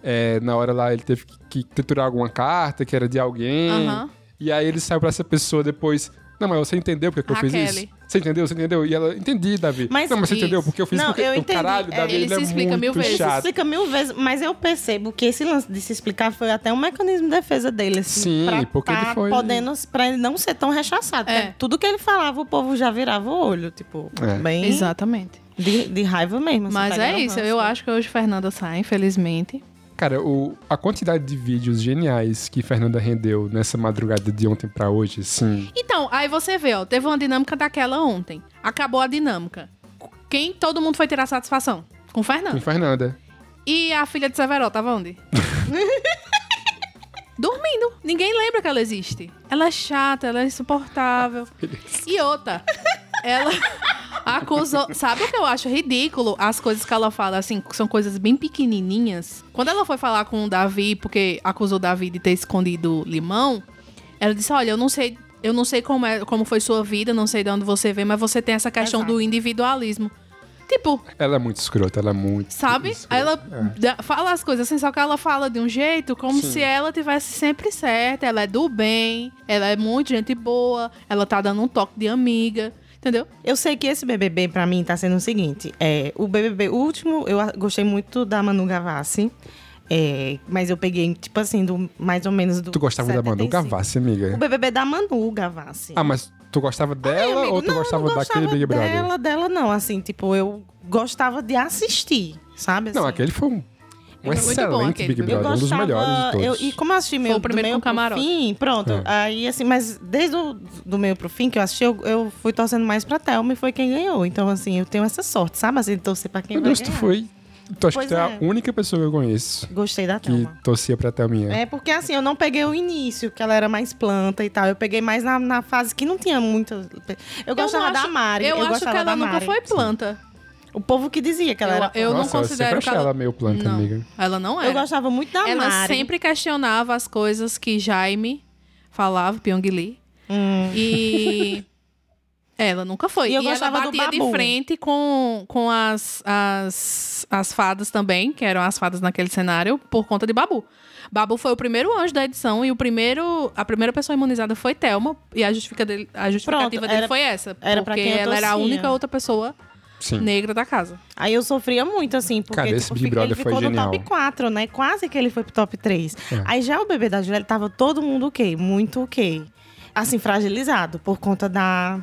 S2: é, na hora lá, ele teve que, que triturar alguma carta que era de alguém.
S4: Aham.
S2: E aí ele saiu pra essa pessoa depois. Não, mas você entendeu porque eu
S4: Raquel.
S2: fiz isso? Você entendeu? Você entendeu? E ela, entendi, Davi.
S5: Mas
S2: não, mas você
S4: isso.
S2: entendeu porque eu fiz
S5: Não,
S2: porque...
S5: eu
S2: o
S5: entendi.
S2: Caralho,
S5: É,
S2: Davi,
S4: ele
S2: ele,
S4: se
S2: é
S4: explica
S2: muito
S4: mil vezes.
S5: Isso
S2: chato.
S5: explica mil vezes, mas eu percebo que esse lance de se explicar foi até um mecanismo de defesa dele, assim.
S2: Sim,
S5: pra
S2: porque
S5: tá
S2: ele foi-
S5: podendo, pra ele não ser tão rechaçado.
S4: É.
S5: porque Tudo que ele falava, o povo já virava o olho, tipo,
S2: É.
S5: bem...
S4: Exatamente.
S5: De, de raiva mesmo. assim,
S4: Mas
S5: pegar
S4: é
S5: no
S4: isso,
S5: ranço.
S4: eu acho que hoje Fernanda sai, infelizmente.
S2: Cara, o- a quantidade de vídeos geniais que Fernanda rendeu nessa madrugada de ontem pra hoje, assim.
S4: Então, aí você vê, ó, teve uma dinâmica daquela ontem. Acabou a dinâmica. Quem todo mundo foi tirar satisfação? Com
S2: Com
S5: Ah.
S4: Fernanda.
S2: Fernanda.
S4: E a filha de Severo, tava onde? Dormindo. Ninguém lembra que ela existe. Ela é chata, ela é insuportável. E outra, ela acusou. Sabe o que eu acho ridículo? As coisas que ela fala, assim, que são coisas bem pequenininhas. Quando ela foi falar com o Davi, porque acusou o Davi de ter escondido limão, ela disse: Olha, eu não sei. Eu não sei como, é, como foi sua vida, não sei de onde você vem, mas você tem essa questão do individualismo. Tipo,
S2: Ela é muito escrota, ela é muito.
S4: sabe?
S2: escrota.
S4: Aí ela dá- fala as coisas assim, só que ela fala de um jeito como
S2: Sim.
S4: se ela tivesse sempre certa, ela é do bem, ela é muito gente boa, ela tá dando um toque de amiga, entendeu?
S5: Eu sei que esse BBB, pra mim, tá sendo o seguinte. É, o BBB último, eu a- gostei muito da Manu Gavassi. é, mas eu peguei, tipo assim, do, mais ou menos do...
S2: Tu gostava da Manu
S5: 75.
S2: Gavassi, é? amiga?
S5: O BBB da Manu Gavassi.
S2: Ah, mas tu gostava
S5: Ai,
S2: dela
S5: amigo,
S2: ou tu
S5: não,
S2: gostava,
S5: não
S2: daquele Big Brother?
S5: Dela, dela não, assim, tipo, eu gostava de assistir, sabe?
S2: Não,
S5: assim?
S2: aquele foi um, um
S4: Foi muito bom
S2: excelente
S4: aquele
S2: Big
S4: Big
S2: Brother, um dos melhores de todos.
S5: eu- e como eu assisti meio
S4: o primeiro com
S5: do meio pro
S4: camarote.
S5: fim, pronto.
S2: É.
S5: Aí, assim, mas desde o do meio pro fim que eu assisti, eu, eu fui torcendo mais pra Thelma e foi quem ganhou. Então, assim, eu tenho essa sorte, sabe? Assim, torcer pra quem
S2: Meu
S5: vai
S2: Deus, tu
S5: ganhar.
S2: foi. Tu acho que
S5: Pois
S2: tu é a
S5: é.
S2: única pessoa que eu conheço
S5: Gostei da
S2: que
S5: Thelma.
S2: torcia pra Thelminha.
S5: É, porque assim, eu não peguei o início, que ela era mais planta e tal. Eu peguei mais na, na fase que não tinha muita. Eu gostava
S4: não
S5: da
S4: acho-
S5: Mari.
S4: Eu, acho que
S5: gostava da
S4: ela nunca
S5: Mari.
S4: foi planta.
S5: O povo que dizia que ela
S4: Eu-
S5: era.
S4: eu não
S2: Nossa,
S4: considero
S2: eu sempre
S4: que
S2: achei
S4: ela-
S2: ela meio planta,
S4: não,
S2: amiga.
S4: ela não
S5: Eu
S4: era.
S5: gostava muito da
S4: ela
S5: Mari.
S4: sempre questionava as coisas que Jaime falava, Pyong Lee.
S5: Hum.
S4: E. Ela nunca foi.
S5: E eu
S4: ela
S5: gostava do
S4: batia de
S5: Babu.
S4: frente com, com as, as, as fadas também, que eram as fadas naquele cenário, por conta de Babu. Babu foi o primeiro anjo da edição e o primeiro, a primeira pessoa imunizada foi Thelma. E a, justifica dele- a justificativa
S5: Pronto,
S4: dele
S5: era-
S4: foi essa.
S5: era pra
S4: porque
S5: quem eu
S4: ela era a
S5: torcia.
S4: única outra pessoa
S2: Sim.
S4: negra da casa.
S5: Aí eu sofria muito, assim, porque
S2: Cara, esse
S5: tipo,
S2: Big
S5: fica-
S2: Brother
S5: ele
S2: foi
S5: ficou
S2: genial.
S5: no top 4, né? Quase que ele foi pro top 3.
S2: É.
S5: Aí já o bebê da Juliette tava todo mundo ok, muito ok. Assim, fragilizado por conta da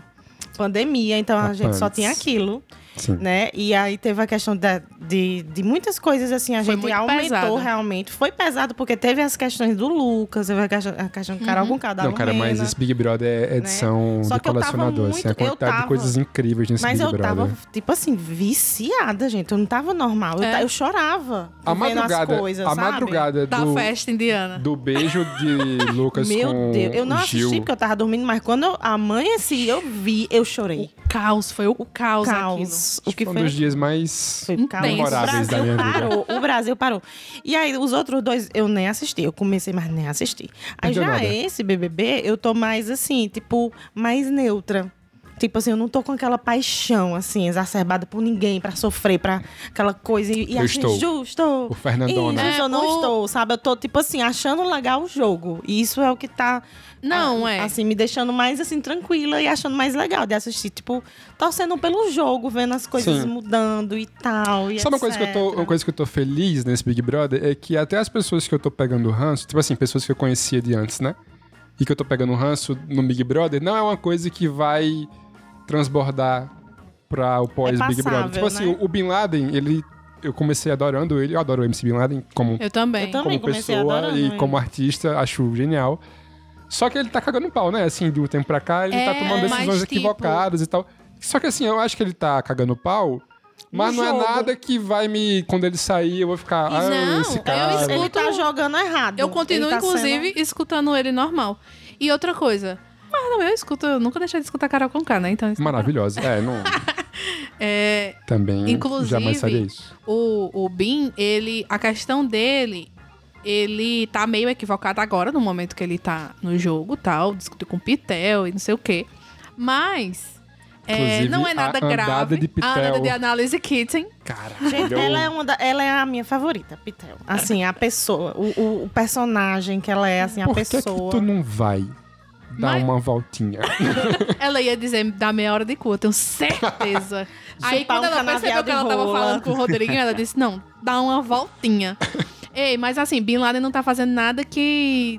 S5: pandemia, então a
S2: Da
S5: gente só
S2: pants.
S5: tinha aquilo,
S2: Sim.
S5: né? E aí teve a questão da- de, de muitas coisas, assim, a
S4: Foi
S5: gente
S4: muito
S5: aumentou
S4: pesado.
S5: realmente. Foi pesado porque teve as questões do Lucas, teve a questão, a questão do
S4: Uhum.
S5: Carol com Conká, da
S2: Não, cara, mas
S5: Lumena.
S2: esse Big Brother é edição
S5: né? Só
S2: de
S5: que eu tava
S2: colecionador. assim, a
S5: muito- eu
S2: quantidade de
S5: tava-
S2: coisas incríveis nesse
S5: Mas
S2: Big
S5: eu
S2: Brother.
S5: tava, tipo assim, viciada, gente. Eu não tava normal. Eu
S4: É.
S5: ta- Eu, chorava.
S2: A
S5: vendo
S2: madrugada,
S5: as coisas,
S2: a
S5: sabe?
S2: madrugada
S4: Da
S2: do,
S4: festa indiana.
S2: do beijo de Lucas com
S5: Meu Deus, eu não
S2: o Gil.
S5: assisti porque eu tava dormindo, mas quando eu amanheci, eu vi, eu
S4: O
S5: chorei.
S4: caos, foi o caos,
S5: Caos. O que
S2: foi um
S5: foi?
S2: dos dias mais...
S5: Foi um caos.
S2: memoráveis
S5: o
S2: da minha
S5: Brasil
S2: vida.
S5: parou, o Brasil parou. E aí, os outros dois, eu nem assisti. Eu comecei, mas nem assisti. Aí
S2: Perdeu
S5: já
S2: nada.
S5: esse BBB, eu tô mais assim, tipo, mais neutra. Tipo assim, eu não tô com aquela paixão, assim, exacerbada por ninguém, pra sofrer, pra aquela coisa. E, e
S2: Eu
S5: acho
S2: estou.
S5: injusto.
S2: O Fernandona.
S5: Injusto,
S4: É,
S5: eu não
S4: o-
S5: estou, sabe? Eu tô, tipo assim, achando legal o jogo. E isso é o que tá
S4: aquilo. Não,
S5: ah,
S4: é.
S5: Assim, me deixando mais, assim, tranquila e achando mais legal de assistir. Tipo, torcendo pelo jogo, vendo as coisas
S2: Sim.
S5: mudando e tal. E
S2: Sabe uma coisa, que eu tô,
S5: etc.
S2: uma coisa que eu tô feliz nesse Big Brother? É que até as pessoas que eu tô pegando ranço, tipo assim, pessoas que eu conhecia de antes, né? E que eu tô pegando ranço no Big Brother, não é uma coisa que vai transbordar pra o pós-Big
S5: É passável,
S2: Brother. Tipo assim,
S5: né?
S2: o Bin Laden, ele... Eu comecei adorando ele, eu adoro o MC Bin Laden como um
S4: Eu também.
S5: Eu
S2: como
S5: também. comecei
S2: pessoa
S5: adorando
S2: e
S5: ele.
S2: como artista, acho genial. Só que ele tá cagando pau, né? Assim, de um tempo pra cá, ele tá
S4: É,
S2: tomando decisões
S4: mas, tipo-
S2: equivocadas e tal. Só que assim, eu acho que ele tá cagando pau, mas
S5: No
S2: não
S5: jogo.
S2: é nada que vai me. Quando ele sair, eu vou ficar. Ah,
S4: Não,
S2: esse
S4: eu
S2: cara. é
S4: escuto-
S5: Ele tá
S4: Outro-
S5: jogando errado.
S4: Eu continuo,
S5: Ele tá
S4: inclusive, escutando ele normal. E outra coisa. Mas não, eu escuto, eu nunca deixei de escutar Carol Conká, né? Então, isso-
S2: Maravilhosa. É, não.
S4: é,
S2: Também.
S4: Inclusive-
S2: Jamais faria isso.
S4: o, o Bin, ele. A questão dele, ele tá meio equivocado agora, no momento que ele tá no jogo tal, discutiu com o Pitel e não sei o quê. Mas. é,
S2: Inclusive,
S4: não é nada
S2: a andada
S4: grave.
S2: de Pitel.
S4: A andada de análise Kitten.
S2: Caralho.
S5: Sendo... Gente, ela é, uma da- ela é a minha favorita, Pitel. Assim, a pessoa, o, o- o personagem que ela é, assim, a
S2: Por que, que
S5: pessoa.
S2: tu não vai dar
S4: Mas-
S2: uma voltinha?
S4: Ela ia dizer, dá meia hora de cu, eu tenho certeza. Aí
S5: Chupar
S4: quando
S5: um
S4: ela
S5: canavial
S4: percebeu que
S5: de
S4: ela tava
S5: rola.
S4: falando com o Rodriguinho, ela disse, não, dá uma voltinha. Ei, mas assim, Bin Laden não tá fazendo nada que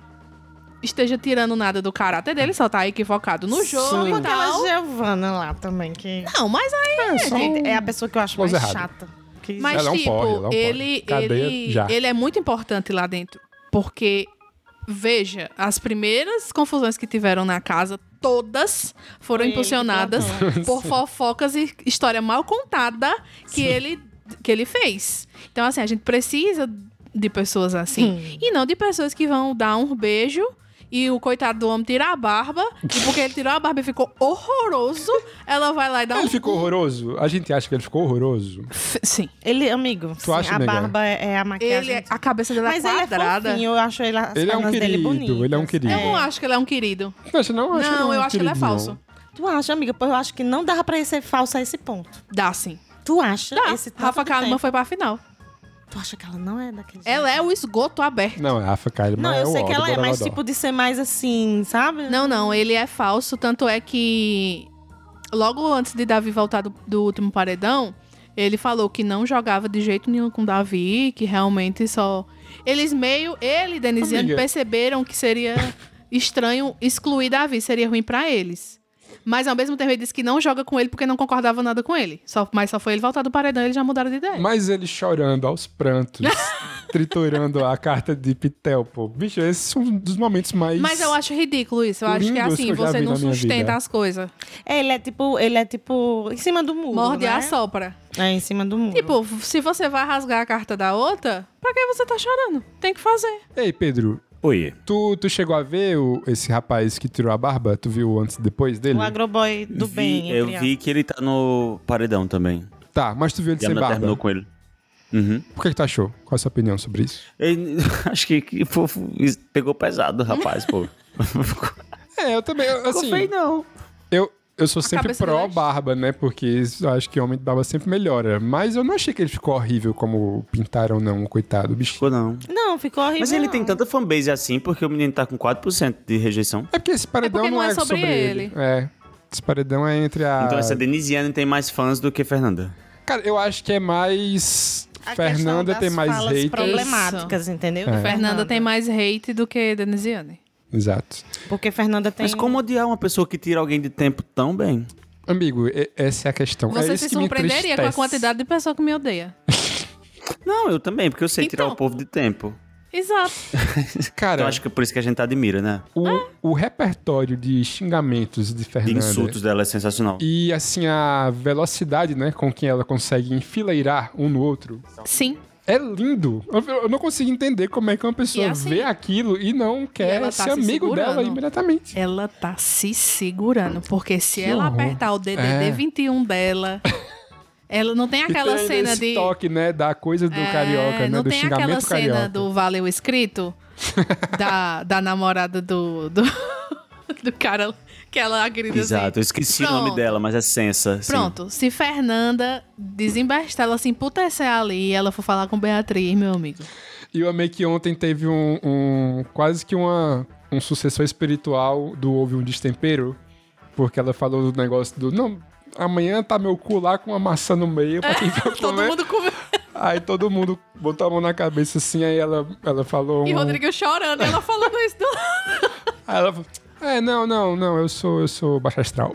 S4: esteja tirando nada do caráter dele, só tá equivocado no jogo
S5: Com
S4: e tal.
S5: aquela Giovana é lá também, que
S4: Não, mas aí.
S5: é, a pessoa que eu acho mais
S2: Coisa errada.
S5: chata. Que
S4: Mas,
S2: Ela é um
S4: tipo,
S2: porre, ela é um porre.
S4: ele,
S2: Cadeia
S4: ele,
S2: já.
S4: ele é muito importante lá dentro. Porque, veja, as primeiras confusões que tiveram na casa, todas foram
S5: Foi ele que
S4: impulsionadas por fofocas e história mal contada que ele, que ele fez. Então, assim, a gente precisa de pessoas assim. E não de pessoas que vão dar um beijo e o coitado do homem tirar a barba. e porque ele tirou a barba e ficou horroroso, ela vai lá e dá um.
S2: Ele ficou horroroso? A gente acha que ele ficou horroroso.
S4: F- Sim.
S5: Ele, amigo, sim,
S2: acha,
S5: a
S2: nega?
S5: barba é, é a maquiagem.
S4: Ele, a cabeça dela é
S5: mas ele é
S4: quadrada.
S5: fofinho, eu acho ele, as
S2: Ele é um
S5: pernas dele
S2: querido,
S5: bonitas.
S2: ele é um querido.
S4: Eu não acho que ele é um querido.
S2: Mas você não acha
S4: não,
S2: é
S4: eu
S2: um
S4: acho que ele é
S2: querido, não.
S4: falso.
S5: Tu acha, amiga? Pois eu acho que não dava pra ele ser falso a esse ponto.
S4: Dá sim.
S5: Tu acha?
S4: Dá.
S5: Esse tanto
S4: Rafa
S5: de
S4: Kalimann
S5: tempo.
S4: foi pra final.
S5: Tu acha que ela não é daquele jeito?
S4: Ela é o esgoto aberto.
S2: Não, é a Rafa Kalimann
S5: Não,
S2: é
S5: eu
S2: o
S5: sei
S2: ó
S5: que
S2: do
S5: ela é, mas
S2: Borogodó.
S5: tipo de ser mais assim, sabe?
S4: Não, não, ele é falso. Tanto é que logo antes de Davi voltar do, do último paredão, ele falou que não jogava de jeito nenhum com Davi, que realmente só. Eles meio. Ele e Denisiano
S2: Amiga.
S4: perceberam que seria estranho excluir Davi, seria ruim pra eles. Mas ao mesmo tempo ele disse que não joga com ele porque não concordava nada com ele. Só, mas só foi ele voltar do paredão e eles já mudaram de ideia.
S2: Mas ele chorando aos prantos, triturando a carta de Pitel, pô. Bicho, esse é um dos momentos mais.
S4: Mas eu acho ridículo isso. Eu acho que é
S2: Lindo isso que
S4: assim,
S2: eu já
S4: você
S2: vi
S4: não
S2: na minha
S4: sustenta
S2: vida.
S4: as coisas.
S5: É, ele é tipo, ele é tipo em cima do muro,
S4: Morde e
S5: né?
S4: assopra.
S5: É, em cima do muro.
S4: Tipo, se você vai rasgar a carta da outra, pra que você tá chorando? Tem que fazer.
S2: Ei, Pedro,
S3: Oi.
S2: tu, tu chegou a ver o- esse rapaz que tirou a barba? Tu viu antes e depois dele?
S5: o agroboy do
S3: Vi-
S5: bem.
S3: Eu
S5: entre
S3: vi que ele tá no paredão também.
S2: Tá, mas tu viu ele
S3: E a
S2: sem
S3: Ana
S2: barba.
S3: terminou com ele. Uhum.
S2: Por que, que tu achou? Qual a sua opinião sobre isso?
S3: Ele- acho que, que pô, isso pegou pesado, rapaz, pô.
S2: É, eu também. eu- Assim,
S3: Não foi, não.
S2: eu, eu sou sempre
S4: cabeça dele é-
S2: pró-barba, né? Porque isso- eu acho que homem de barba sempre melhora. Mas eu não achei que ele ficou horrível como pintaram, não, coitado. Bicho,
S3: Ficou não.
S5: a- Não, ficou horrível.
S3: Mas ele
S5: não.
S3: tem tanta fanbase assim, porque o menino tá com 4% de rejeição.
S2: É porque esse paredão
S4: porque
S2: não, é sobre, ele. É. Esse paredão é entre a.
S3: Então essa Denisiane tem mais fãs do que Fernanda.
S2: Cara, eu acho que é mais.
S5: A questão
S2: Fernanda
S5: das
S2: tem mais
S5: falas
S2: haters.
S5: problemáticas, entendeu?
S2: É.
S5: Do
S4: Fernanda tem mais hate do que Denisiane.
S2: Exato.
S5: Porque Fernanda tem.
S3: Mas como odiar uma pessoa que tira alguém de tempo tão bem?
S2: Amigo, e- essa é a questão.
S4: Você
S2: é isso
S4: se
S2: que me
S4: surpreenderia com a
S2: entristece.
S4: quantidade de pessoa que me odeia.
S3: Não, eu também, porque eu sei tirar
S4: Então.
S3: o povo de tempo.
S4: Exato.
S2: Cara,
S3: Então acho que é por isso que a gente admira, né?
S2: o, o repertório de xingamentos de
S3: De
S2: Fernanda.
S3: insultos dela é sensacional.
S2: E assim, a velocidade, né, com que ela consegue enfileirar um no outro.
S4: Sim.
S2: É lindo. Eu, eu não consigo entender como é que uma pessoa
S4: E assim-
S2: vê aquilo e não quer
S4: ela tá
S2: ser
S4: se
S2: amigo dela
S4: segurando.
S2: imediatamente.
S4: Ela tá se segurando, porque se ela
S2: horror.
S4: apertar o DDD
S2: É.
S4: 21 dela, ela não tem
S2: E
S4: aquela
S2: tem
S4: cena
S2: esse
S4: de
S2: toque, né, da coisa do
S4: É,
S2: carioca, né,
S4: não
S2: do
S4: tem
S2: xingamento
S4: aquela cena
S2: carioca.
S4: do Valeu Escrito da, da namorada do, do, do cara que ela agride
S3: Exato, eu
S4: assim.
S3: esqueci o
S4: Pronto.
S3: nome dela, mas é Sensa. sim.
S4: Pronto, se Fernanda desembestar, ela se emputecer ali e ela for falar com Beatriz, meu amigo.
S2: E eu amei que ontem teve um, um- quase que uma, um sucessor espiritual do Houve um Destempero, porque ela falou do negócio do, não, amanhã tá meu cu lá com uma maçã no meio pra quem for
S4: Todo
S2: comer.
S4: mundo comendo
S2: Aí todo mundo botou a mão na cabeça assim, aí ela, ela falou...
S4: e
S2: um-
S4: Rodrigo chorando, e ela falando isso. do lado.
S2: Aí ela falou, é, não, não, não, eu sou, eu sou baixa astral.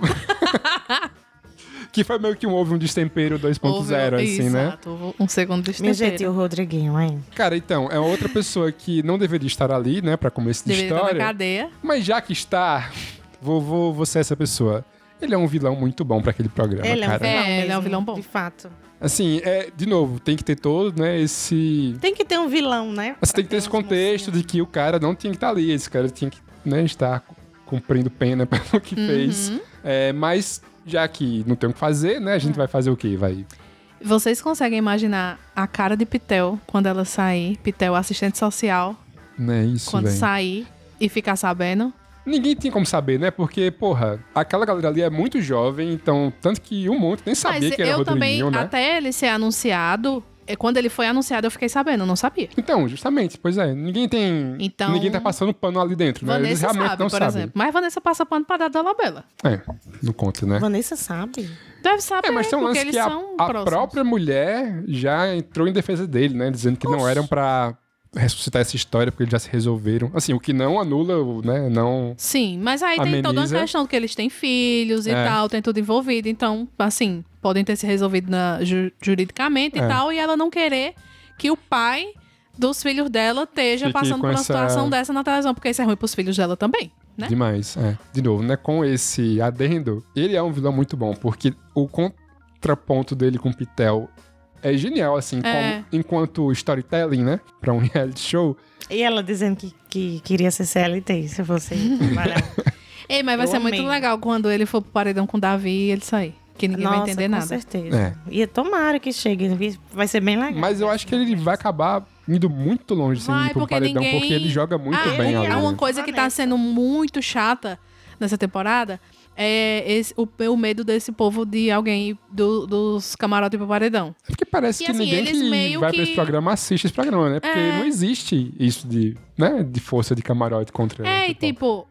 S2: que foi meio que um Houve um Destempero
S4: um
S2: 2.0, assim, né?
S4: Exato, um segundo de
S5: Minha
S4: estampera.
S5: gente, e o Rodriguinho, hein?
S2: Cara, então, é outra pessoa que não deveria estar ali, né, pra começo de
S4: Deveria estar
S2: história.
S4: na cadeia.
S2: Mas já que está, vou, vou, vou ser essa pessoa. Ele é um vilão muito bom pra aquele programa,
S5: Ele é um
S2: Tá cara.
S5: vilão.
S4: É, ele é um
S5: mesmo,
S4: vilão bom.
S5: De fato.
S2: Assim, é, de novo, tem que ter todo, né, esse...
S5: Tem que ter um vilão, né?
S2: Você tem que ter esse contexto de que o cara não tinha que estar ali, esse cara tinha que né, estar cumprindo pena pelo
S4: Uhum.
S2: que fez. É, mas já que não tem o que fazer, né, a gente vai fazer o quê? Vai...
S4: Vocês conseguem imaginar a cara de Pitel quando ela sair? Pitel, assistente social,
S2: Né, isso,
S4: quando
S2: velho.
S4: sair e ficar sabendo.
S2: Ninguém tem como saber, né? Porque, porra, aquela galera ali é muito jovem, então, tanto que um monte nem sabia
S4: Mas
S2: que era
S4: eu também,
S2: Rodriguinho, né?
S4: até ele ser anunciado, é, quando ele foi anunciado, eu fiquei sabendo, eu não sabia.
S2: Então, justamente, pois é, ninguém tem.
S4: Então-
S2: ninguém tá passando pano ali dentro, né? Eles
S4: Vanessa
S2: realmente
S4: sabe,
S2: não
S4: por
S2: sabem.
S4: exemplo. Mas Vanessa passa pano pra dar Dolabella.
S2: É, não conta, né?
S5: Vanessa sabe.
S4: Deve saber,
S2: É, mas tem um
S4: porque
S2: lance
S4: eles
S2: que a,
S4: são
S2: a
S4: próximos.
S2: própria mulher já entrou em defesa dele, né? Dizendo que não eram pra ressuscitar essa história porque eles já se resolveram. Assim, o que não anula, o, né? Não.
S4: Sim, mas aí tem toda
S2: Ameniza.
S4: uma questão que eles têm filhos e
S2: É.
S4: tal, tem tudo envolvido. Então, assim, podem ter se resolvido na- ju- juridicamente
S2: É.
S4: e tal, e ela não querer que o pai dos filhos dela esteja
S2: Fique
S4: passando
S2: com
S4: por uma
S2: essa-
S4: situação dessa na televisão, porque isso é ruim pros filhos dela também, né?
S2: Demais, é. De novo, né? Com esse adendo, ele é um vilão muito bom, porque o contraponto dele com o Pitel é genial, assim,
S4: É.
S2: como- enquanto storytelling, né? Pra um reality show.
S5: E ela dizendo que, que queria ser CLT, se fosse trabalhar.
S4: Ei, mas vai
S5: Eu
S4: ser
S5: amei.
S4: muito legal quando ele for pro paredão com o Davi e ele sair. Que ninguém vai
S5: Nossa,
S4: entender
S5: com
S4: nada.
S5: certeza. E tomara que chegue, vai ser bem legal.
S2: É. Mas eu acho que ele vai acabar indo muito longe sem
S4: Vai,
S2: ir pro
S4: porque
S2: um paredão,
S4: ninguém-
S2: porque ele joga muito
S4: ah,
S2: bem.
S5: ele
S2: ali,
S4: é uma
S2: né?
S4: coisa que tá
S5: Vanessa.
S4: sendo muito chata nessa temporada. É esse- o meu medo desse povo de alguém ir do- dos camarotes pro paredão.
S2: É porque parece
S4: E,
S2: que
S4: assim,
S2: ninguém
S4: eles
S2: que
S4: meio
S2: vai pra
S4: que-
S2: esse programa assiste esse programa, né? Porque
S4: É.
S2: não existe isso de, né? de força de camarote contra...
S4: É, e tipo.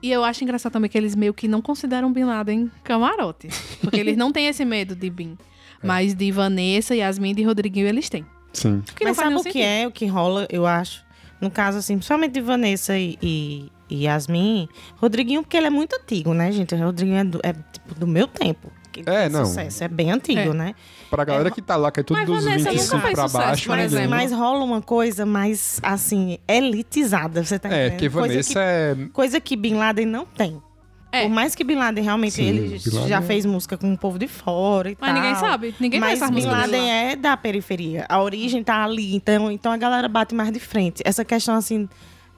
S4: E eu acho engraçado também que eles meio que não consideram Bin Laden camarote. Porque eles não têm esse medo de Bin.
S2: É.
S4: Mas de Vanessa, Yasmin e de Rodriguinho eles têm.
S2: Sim.
S4: O Que não faz
S5: Mas sabe
S4: nenhum
S5: o que
S4: sentido.
S5: é, o que rola, eu acho? No caso, assim, principalmente de Vanessa e, e, e Yasmin, Rodriguinho, porque ele é muito antigo, né, gente? O Rodriguinho é do, é, tipo, do meu tempo. Que ele
S2: É,
S5: fez
S2: não.
S5: Sucesso. É bem antigo,
S4: É.
S5: né?
S2: Pra galera que tá lá, que é tudo
S4: Mas
S2: dos
S4: Vanessa nunca
S2: 25
S4: fez
S2: pra
S4: sucesso,
S2: baixo,
S4: por
S2: ninguém-
S5: Mas,
S4: exemplo.
S5: mas rola uma coisa mais, assim, elitizada, você tá
S2: É,
S5: entendendo?
S2: porque
S5: coisa
S2: Vanessa é...
S5: que, coisa que Bin Laden não tem.
S4: É.
S5: Por mais que Bin Laden realmente
S2: Sim,
S5: ele
S2: Bin Laden
S5: já
S2: é-
S5: fez música com o povo de fora e
S4: Mas
S5: tal.
S4: ninguém sabe. Ninguém
S5: Mas
S4: conhece as
S5: Bin
S4: músicas
S5: Laden
S4: dele lá.
S5: é da periferia. A origem tá ali. Então, então a galera bate mais de frente. Essa questão, assim,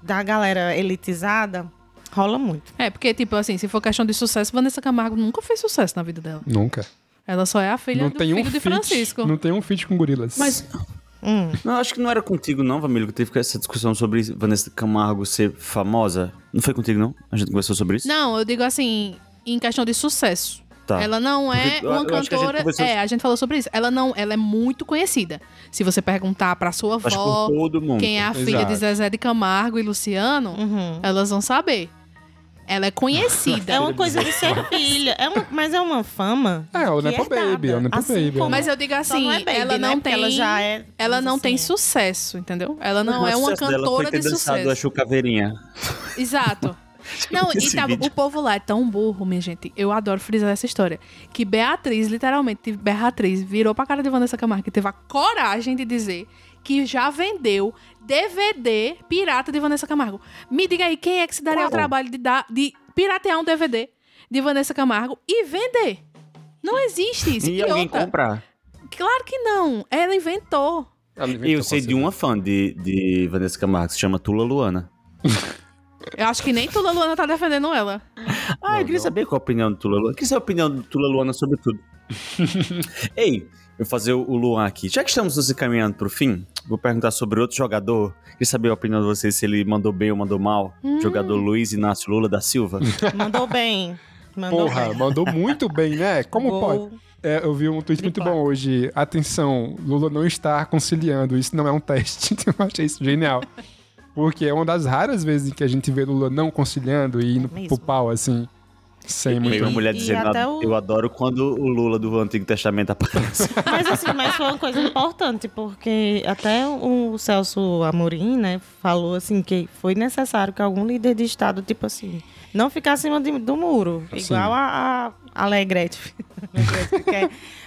S5: da galera elitizada rola muito.
S4: É, porque, tipo, assim, se for questão de sucesso, Vanessa Camargo nunca fez sucesso na vida dela.
S2: Nunca.
S4: Ela só é a filha
S2: não
S4: do
S2: tem
S4: filho
S2: um
S4: de
S2: feat,
S4: Francisco.
S2: Não tem um feat com gorilas.
S4: Mas-
S5: Hum.
S3: Não, acho que não era contigo, não, Família, que teve essa discussão sobre Vanessa Camargo ser famosa. Não foi contigo, não? A gente conversou sobre isso?
S4: Não, eu digo assim, em questão de sucesso.
S3: Tá.
S4: Ela não é
S3: Porque eu-
S4: uma
S3: eu acho que a gente
S4: cantora.
S3: conversou-
S4: É, a gente falou sobre isso. Ela não, ela é muito conhecida. Se você perguntar pra sua
S3: Acho que
S4: avó
S3: por todo mundo.
S4: quem é a filha de
S2: Exato.
S4: Zezé de Camargo e Luciano,
S5: Uhum.
S4: elas vão saber. Ela é conhecida.
S5: É uma coisa de ser filha. É uma- mas é uma fama.
S2: É, o
S5: que
S2: Nepo
S5: herdada.
S2: Baby, é o Nepo
S5: Assim
S2: Baby,
S5: como-
S4: Mas eu digo
S5: só
S4: assim,
S5: não é baby,
S4: ela
S5: né?
S4: não
S5: Porque
S4: tem.
S5: Ela já é.
S4: ela não
S5: assim,
S4: tem sucesso, entendeu? Ela não
S3: Mas
S4: é
S3: o
S4: uma
S3: sucesso dela foi
S4: cantora
S3: ter
S4: de
S3: dançado
S4: sucesso.
S3: a Chucaveirinha.
S4: Exato. Não, e
S3: Esse
S4: tava-
S3: vídeo.
S4: o povo lá é tão burro, minha gente. Eu adoro frisar essa história. Que Beatriz, literalmente, tipo, Beatriz virou pra cara de Vanessa Camargo que teve a coragem de dizer que já vendeu DVD pirata de Vanessa Camargo. Me diga aí, quem é que se daria o trabalho de, dar, de piratear um DVD de Vanessa Camargo e vender? Não existe isso.
S3: E, alguém
S4: outra?
S3: comprar.
S4: Claro que não. Ela inventou.
S3: E eu sei de uma fã de, de Vanessa Camargo, que se chama Tula Luana.
S4: Eu acho que nem Tula Luana tá defendendo ela.
S3: Ah, eu queria saber qual a opinião do Tula Luana. Queria saber a opinião do Tula Luana sobre tudo. Ei, eu vou fazer o Luan aqui. Já que estamos nos encaminhando pro fim, vou perguntar sobre outro jogador. Queria saber a opinião de vocês, se ele mandou bem ou mandou mal.
S5: Hum.
S3: Jogador Luiz Inácio Lula da Silva.
S5: Mandou bem. Mandou
S2: Porra,
S5: bem.
S2: mandou muito bem, né? Como
S5: Gol.
S2: pode? É, eu vi um tweet
S5: De
S2: muito
S5: placa.
S2: bom hoje. Atenção, Lula não está conciliando. Isso não é um teste. Eu achei isso genial. Porque é uma das raras vezes em que a gente vê Lula não
S4: É
S2: conciliando e indo pro
S5: mesmo.
S2: pau, assim. Sem
S3: Meio
S2: muito.
S3: uma mulher
S5: e
S3: dizendo,
S5: até o-
S3: eu adoro quando o Lula do Antigo Testamento aparece.
S5: Mas assim, mas foi uma coisa importante, porque até o Celso Amorim, né, falou assim que foi necessário que algum líder de Estado, tipo assim, não ficasse em cima de- do muro. Igual a, a Alegrete.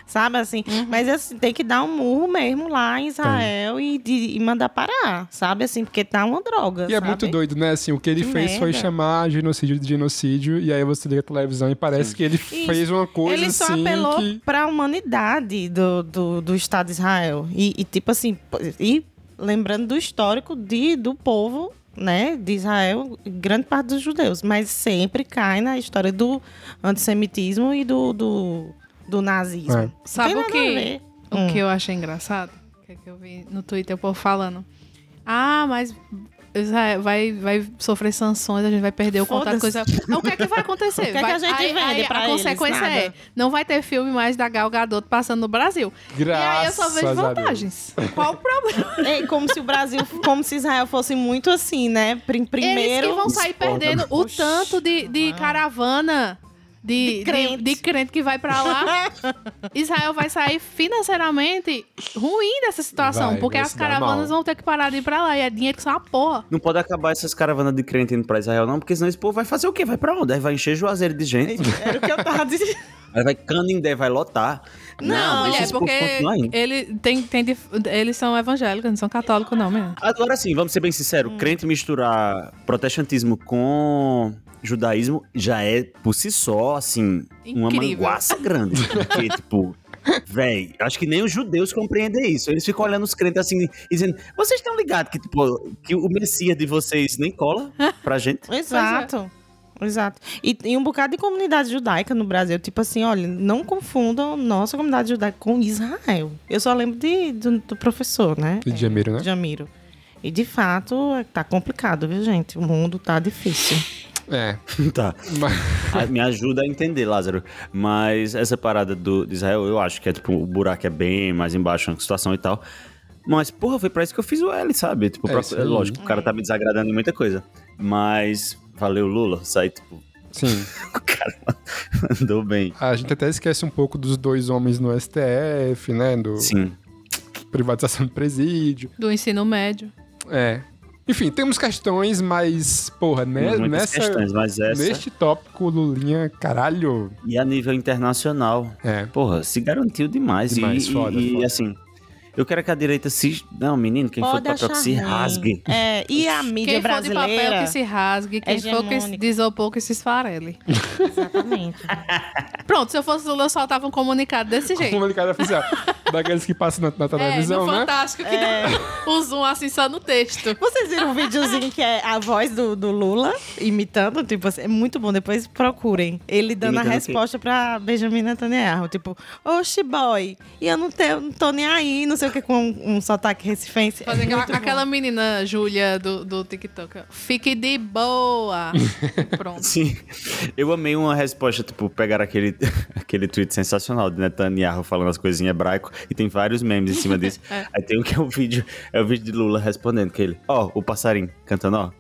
S5: sabe assim?
S4: Uhum.
S5: Mas assim, tem que dar um murro mesmo lá em Israel e, de- e mandar parar, sabe assim? Porque tá uma droga.
S2: E é
S5: sabe?
S2: muito doido, né? Assim, o que ele
S5: Que
S2: fez foi
S5: merda.
S2: chamar genocídio de genocídio. E aí você liga a televisão e parece que ele fez uma coisa
S5: Ele
S2: assim.
S5: só apelou
S2: que...
S5: pra humanidade do, do, do Estado de Israel. E, e, tipo assim, p- e lembrando do histórico de, do povo né, de Israel, grande parte dos judeus. Mas sempre cai na história do antissemitismo e do, do, do nazismo.
S2: É.
S5: Não
S4: Sabe
S5: tem
S4: o
S5: nada a
S4: que?
S5: ver.
S4: O
S5: Hum.
S4: que eu achei engraçado, que, é que eu vi no Twitter o povo falando. Ah, mas Israel vai, vai sofrer sanções, a gente vai perder o contrato. Coisa...
S5: Foda-se.
S4: O que é que vai acontecer?
S5: O que é que
S4: Vai-
S5: a gente
S4: aí-
S5: vende
S4: aí
S5: pra
S4: A
S5: eles?
S4: consequência é,
S5: Nada.
S4: não vai ter filme mais da Gal Gadot passando no Brasil. e aí eu
S2: Graças
S4: só vejo
S2: a Deus.
S4: vantagens. Qual o problema?
S5: É como se o Brasil, como se Israel fosse muito assim, né? Prim-
S4: Eles que
S5: Primeiro.
S4: vão sair
S3: Discorda.
S4: perdendo o tanto de, de caravana Ah. de,
S5: De crente.
S4: de- de crente que vai pra lá, Israel vai sair financeiramente ruim dessa situação,
S2: Vai,
S4: porque
S2: vai
S4: as
S2: se dar
S4: caravanas
S2: mal.
S4: vão ter que parar de ir pra lá, e é dinheiro que são uma porra.
S3: Não pode acabar essas caravanas de crente indo pra Israel, não, porque senão esse povo vai fazer o quê? Vai pra onde? Aí vai encher Juazeiro de gente.
S5: Era o que eu tava dizendo.
S3: Aí vai Canindé, vai lotar.
S5: é
S4: Não, mulher,
S3: esse povo continuar
S4: porque
S3: indo.
S4: ele tem, tem dif- eles são evangélicos, não são católicos não, menino.
S3: Agora sim, vamos ser bem sinceros. Crente misturar protestantismo com judaísmo já é, por si só, assim, uma
S4: Incrível.
S3: manguaça grande. Porque, tipo, véi, acho que nem os judeus compreendem isso. Eles ficam olhando os crentes assim e dizendo: vocês estão ligados que, tipo, que o Messias de vocês nem cola pra gente?
S5: é. Exato. Exato. E tem um bocado de comunidade judaica no Brasil. Tipo assim, olha, não confundam nossa comunidade judaica com Israel. Eu só lembro de, do, do professor, né?
S2: E de Jamiro, né?
S5: É, Jamiro. E de fato, é- tá complicado, viu, gente? O mundo tá difícil.
S2: É.
S3: tá.
S2: Mas,
S3: Ah, Me ajuda a entender, Lázaro. Mas essa parada do, de Israel, eu acho que é tipo, o buraco é bem mais embaixo na situação e tal. Mas, porra, foi pra isso que eu fiz o L, sabe? Tipo,
S2: É
S3: pra-
S2: isso aí.
S3: lógico, o cara tá me desagradando em muita coisa. Mas, valeu, Lula. Sai, tipo,
S2: sim.
S3: o cara mandou bem.
S2: A gente até esquece um pouco dos dois homens no STF, né? Do
S3: Sim.
S2: privatização do presídio.
S4: Do ensino médio.
S2: É. Enfim, temos questões, mas, porra, né,
S3: Temos muitas
S2: nessa.
S3: questões, mas essa.
S2: Neste tópico, Lulinha, caralho.
S3: E a nível internacional.
S2: É.
S3: Porra, se garantiu demais.
S2: Demais,
S3: e, e-
S2: foda,
S3: e,
S2: foda.
S3: assim. Eu quero que a direita se. Não, menino, quem for pra troca se
S5: ruim.
S3: rasgue.
S5: É, e a mídia
S4: Quem for de papel
S5: brasileira.
S4: que se rasgue, quem for que se
S5: hegemônica.
S4: desopor que se esfarele.
S5: Exatamente.
S4: Pronto, se eu fosse Lula, eu soltava um comunicado desse jeito.
S2: Comunicado oficial. Daqueles que passam na, na televisão,
S4: é, no
S2: né?
S4: Fantástico, que
S5: É.
S4: dá o zoom assim só no texto.
S5: Vocês viram um videozinho que é a voz do, do Lula imitando? Tipo assim, é muito bom. Depois procurem. Ele dando
S3: Imitando
S5: a
S3: quem?
S5: resposta pra Benjamin Netanyahu. Tipo, oxi, boy. E eu não, te, não tô nem aí, não sei o que, com um, um sotaque recifense. É
S4: Fazer aquela,
S5: muito bom.
S4: aquela menina Júlia do, do TikTok. ó, Fique de boa. Pronto.
S3: Sim. Eu amei uma resposta, tipo, pegar aquele, aquele tweet sensacional de Netanyahu falando as coisas em hebraico e tem vários memes em cima disso. Aí tem o que é um vídeo, é o vídeo de Lula respondendo que ele, ó, o passarinho cantando, ó.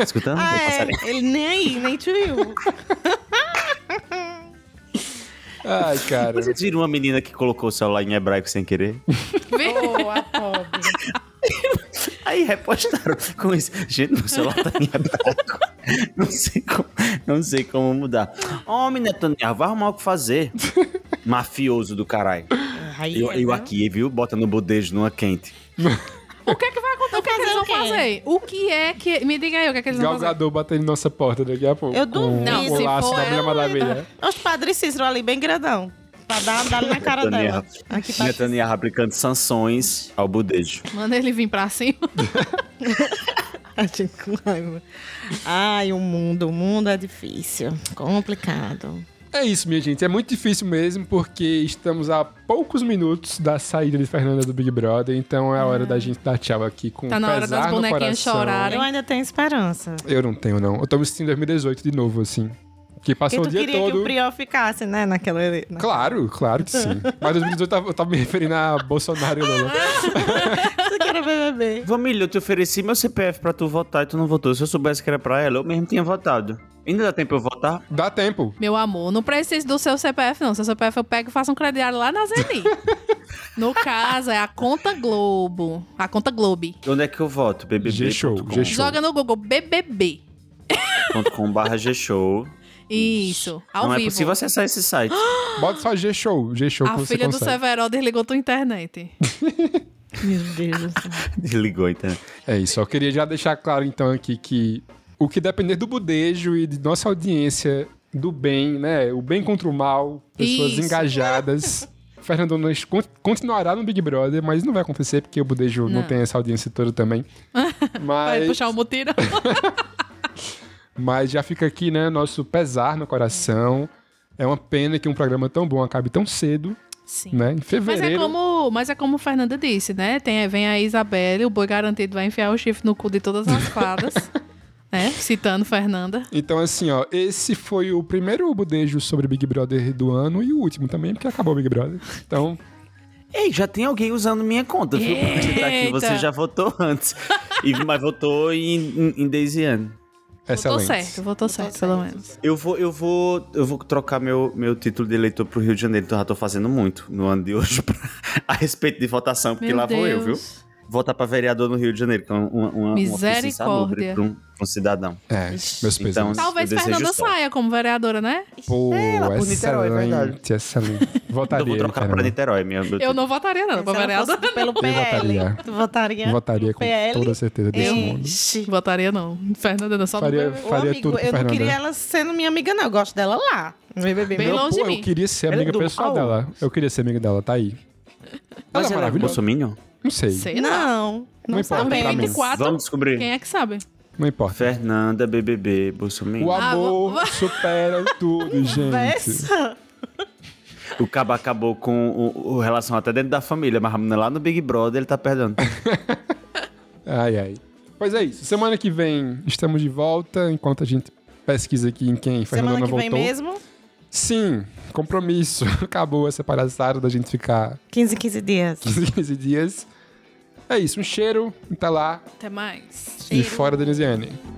S3: Escutando?
S5: Ah,
S3: o passarinho.
S5: é. Ele nem aí, nem to you.
S2: Ai, cara.
S3: Vocês viram uma menina que colocou o celular em hebraico sem querer?
S4: Vê?
S5: Boa, pobre.
S3: Aí repostaram com isso. Gente, meu celular tá em hebraico. Não sei como, não sei como mudar. Homem, Netanyahu, vai arrumar o que fazer. Mafioso do caralho.
S5: Aí,
S3: Eu, eu
S5: né?
S3: aqui, viu? Bota no bodejo, numa quente.
S4: O que é que vai acontecer? O que é que eles vão
S5: Fazer o quê?
S4: fazer? O que é que. Me diga aí, o que é que eles vão fazer?
S2: Galgador batendo em nossa porta daqui a pouco.
S5: Eu
S2: com
S5: duvido.
S2: O
S4: Se
S2: laço
S4: for
S2: da Mulher
S4: ela,
S2: Maravilha.
S5: Os padres Cícero ali, bem grandão. Pra dar uma dada na cara dela. Aqui tá
S3: Netanyahu aplicando sanções ao bodejo.
S4: Manda ele vir pra cima.
S5: Ai, com raiva. Ai, o mundo, o mundo é difícil, complicado.
S2: É isso, minha gente. É muito difícil mesmo, porque estamos a poucos minutos da saída de Fernanda do Big Brother, então é a hora da gente dar tchau aqui com
S4: Tá na hora das
S2: pesar no
S4: bonequinhas
S2: coração.
S4: chorarem.
S5: Eu ainda tenho esperança.
S2: Eu não tenho, não. Eu tô me sentindo em 2018 de novo, assim. Que
S5: Porque
S2: passou
S5: tu
S2: o dia
S5: queria que o
S2: todo.
S5: Priol ficasse, né, naquela... na-
S2: Claro, claro que sim. Mas 2018 eu tava- eu tava me referindo a Bolsonaro e Lula.
S5: Você queria BBB.
S3: Família, eu te ofereci meu CPF pra tu votar e tu não votou. Se eu soubesse que era pra ela, eu mesmo tinha votado. Ainda dá tempo eu votar?
S2: Dá tempo.
S4: Meu amor, não preciso do seu CPF, não. Seu CPF eu pego e faço um crediário lá na Zeni. no caso, é a conta Globo. A conta Globe.
S3: Onde é que eu voto?
S2: G-Show, G-Show. Show.
S4: Joga no Google BBB.
S3: barra G-Show.
S4: Isso, ao
S3: Não é
S4: vivo.
S3: possível acessar esse site.
S2: Bota só G-Show. G-Show que
S4: a
S2: você
S4: filha do
S2: consegue.
S4: Severo desligou tua internet.
S5: Meu Deus do céu.
S3: Desligou, então.
S2: É isso. Eu queria já deixar claro, então, aqui que o que depender do budejo e de nossa audiência do bem, né? O bem contra o mal, pessoas
S4: Isso.
S2: engajadas. Fernando Nunes con- continuará no Big Brother, mas não vai acontecer porque o budejo não,
S4: Não.
S2: tem essa audiência toda também.
S4: Vai
S2: Mas,
S4: puxar o mutirão.
S2: mas já fica aqui, né? Nosso pesar no coração. É uma pena que um programa tão bom acabe tão cedo,
S4: Sim.
S2: né? Em
S4: Mas
S2: fevereiro.
S4: é, como, mas é como o Fernanda disse, né? Tem, vem a Isabelle, o boi garantido vai enfiar o chifre no cu de todas as fadas. né? Citando Fernanda.
S2: Então, assim, ó, esse foi o primeiro budejo sobre Big Brother do ano e o último também, porque acabou o Big Brother. Então,
S3: Ei, já tem alguém usando minha conta, viu? Porque tá aqui,
S4: Eita.
S3: você já votou antes. E, mas votou em, em, em Daisy Anne.
S4: Votou
S2: excelentes.
S4: certo, votou certo, pelo menos.
S3: Eu vou, eu vou, eu vou trocar meu, meu título de eleitor pro Rio de Janeiro, então eu já tô fazendo muito no ano de hoje pra- a respeito de votação, porque
S4: Meu
S3: lá vou eu, viu?
S4: Deus.
S3: Votar pra vereador no Rio de Janeiro, que é uma, uma, uma
S4: Misericórdia.
S3: para um, pra um cidadão.
S2: É, meus pesos.
S3: Então-
S4: Talvez
S3: Eu desejo
S4: Fernanda
S3: sorte.
S4: saia como vereadora, né?
S2: Pô,
S6: lá por Niterói, é
S2: excelente,
S6: verdade.
S2: excelente.
S3: Então
S2: Votaria.
S3: eu vou trocar
S2: cara.
S3: pra Niterói, minha. meu
S4: Eu
S3: título.
S4: não votaria, não, pra
S5: Se ela
S4: vereadora.
S5: fosse pelo
S2: votaria.
S5: PL, tu votaria?
S2: Votaria com
S5: PL?
S2: toda certeza desse mundo.
S5: Ixi.
S4: Votaria, não. Fernanda, não, só
S2: Faria,
S4: no BBB.
S5: Ô,
S2: faria
S5: amigo,
S2: tudo pro
S5: eu não
S2: Fernanda.
S5: queria ela sendo minha amiga, não. Eu gosto dela lá. no BBB.
S4: Bem
S2: Meu,
S4: longe
S2: pô,
S4: de mim.
S2: Eu queria ser
S6: Ela é
S2: amiga
S6: do
S2: pessoal
S6: mal.
S2: dela. Eu queria ser amiga dela, tá aí. Ela
S3: Mas
S2: é
S3: ela é
S2: maravilhosa.
S3: bolsominion?
S2: Não sei,
S4: Sei lá.
S5: Não, não,
S2: Não importa
S5: sabemos.
S2: pra mim.
S4: 24.
S3: Vamos descobrir.
S4: Quem é que sabe?
S2: não importa.
S3: Fernanda BBB Bolsonaro.
S2: O
S4: Ah, vou-
S2: amor supera tudo, gente.
S5: Conversa.
S3: O Cabo acabou com o, o relação até dentro da família, mas é lá no Big Brother ele tá perdendo.
S2: Ai, ai. Pois é isso. Semana que vem estamos de volta, enquanto a gente pesquisa aqui em quem Fernanda
S5: Semana
S2: não
S5: que vem
S2: voltou.
S5: mesmo,
S2: Sim, compromisso. Acabou essa palhaçada da gente ficar
S5: 15 em 15 dias.
S2: 15, 15 dias. É isso, um cheiro. Tá lá
S4: Até mais.
S2: e fora, Denisiane.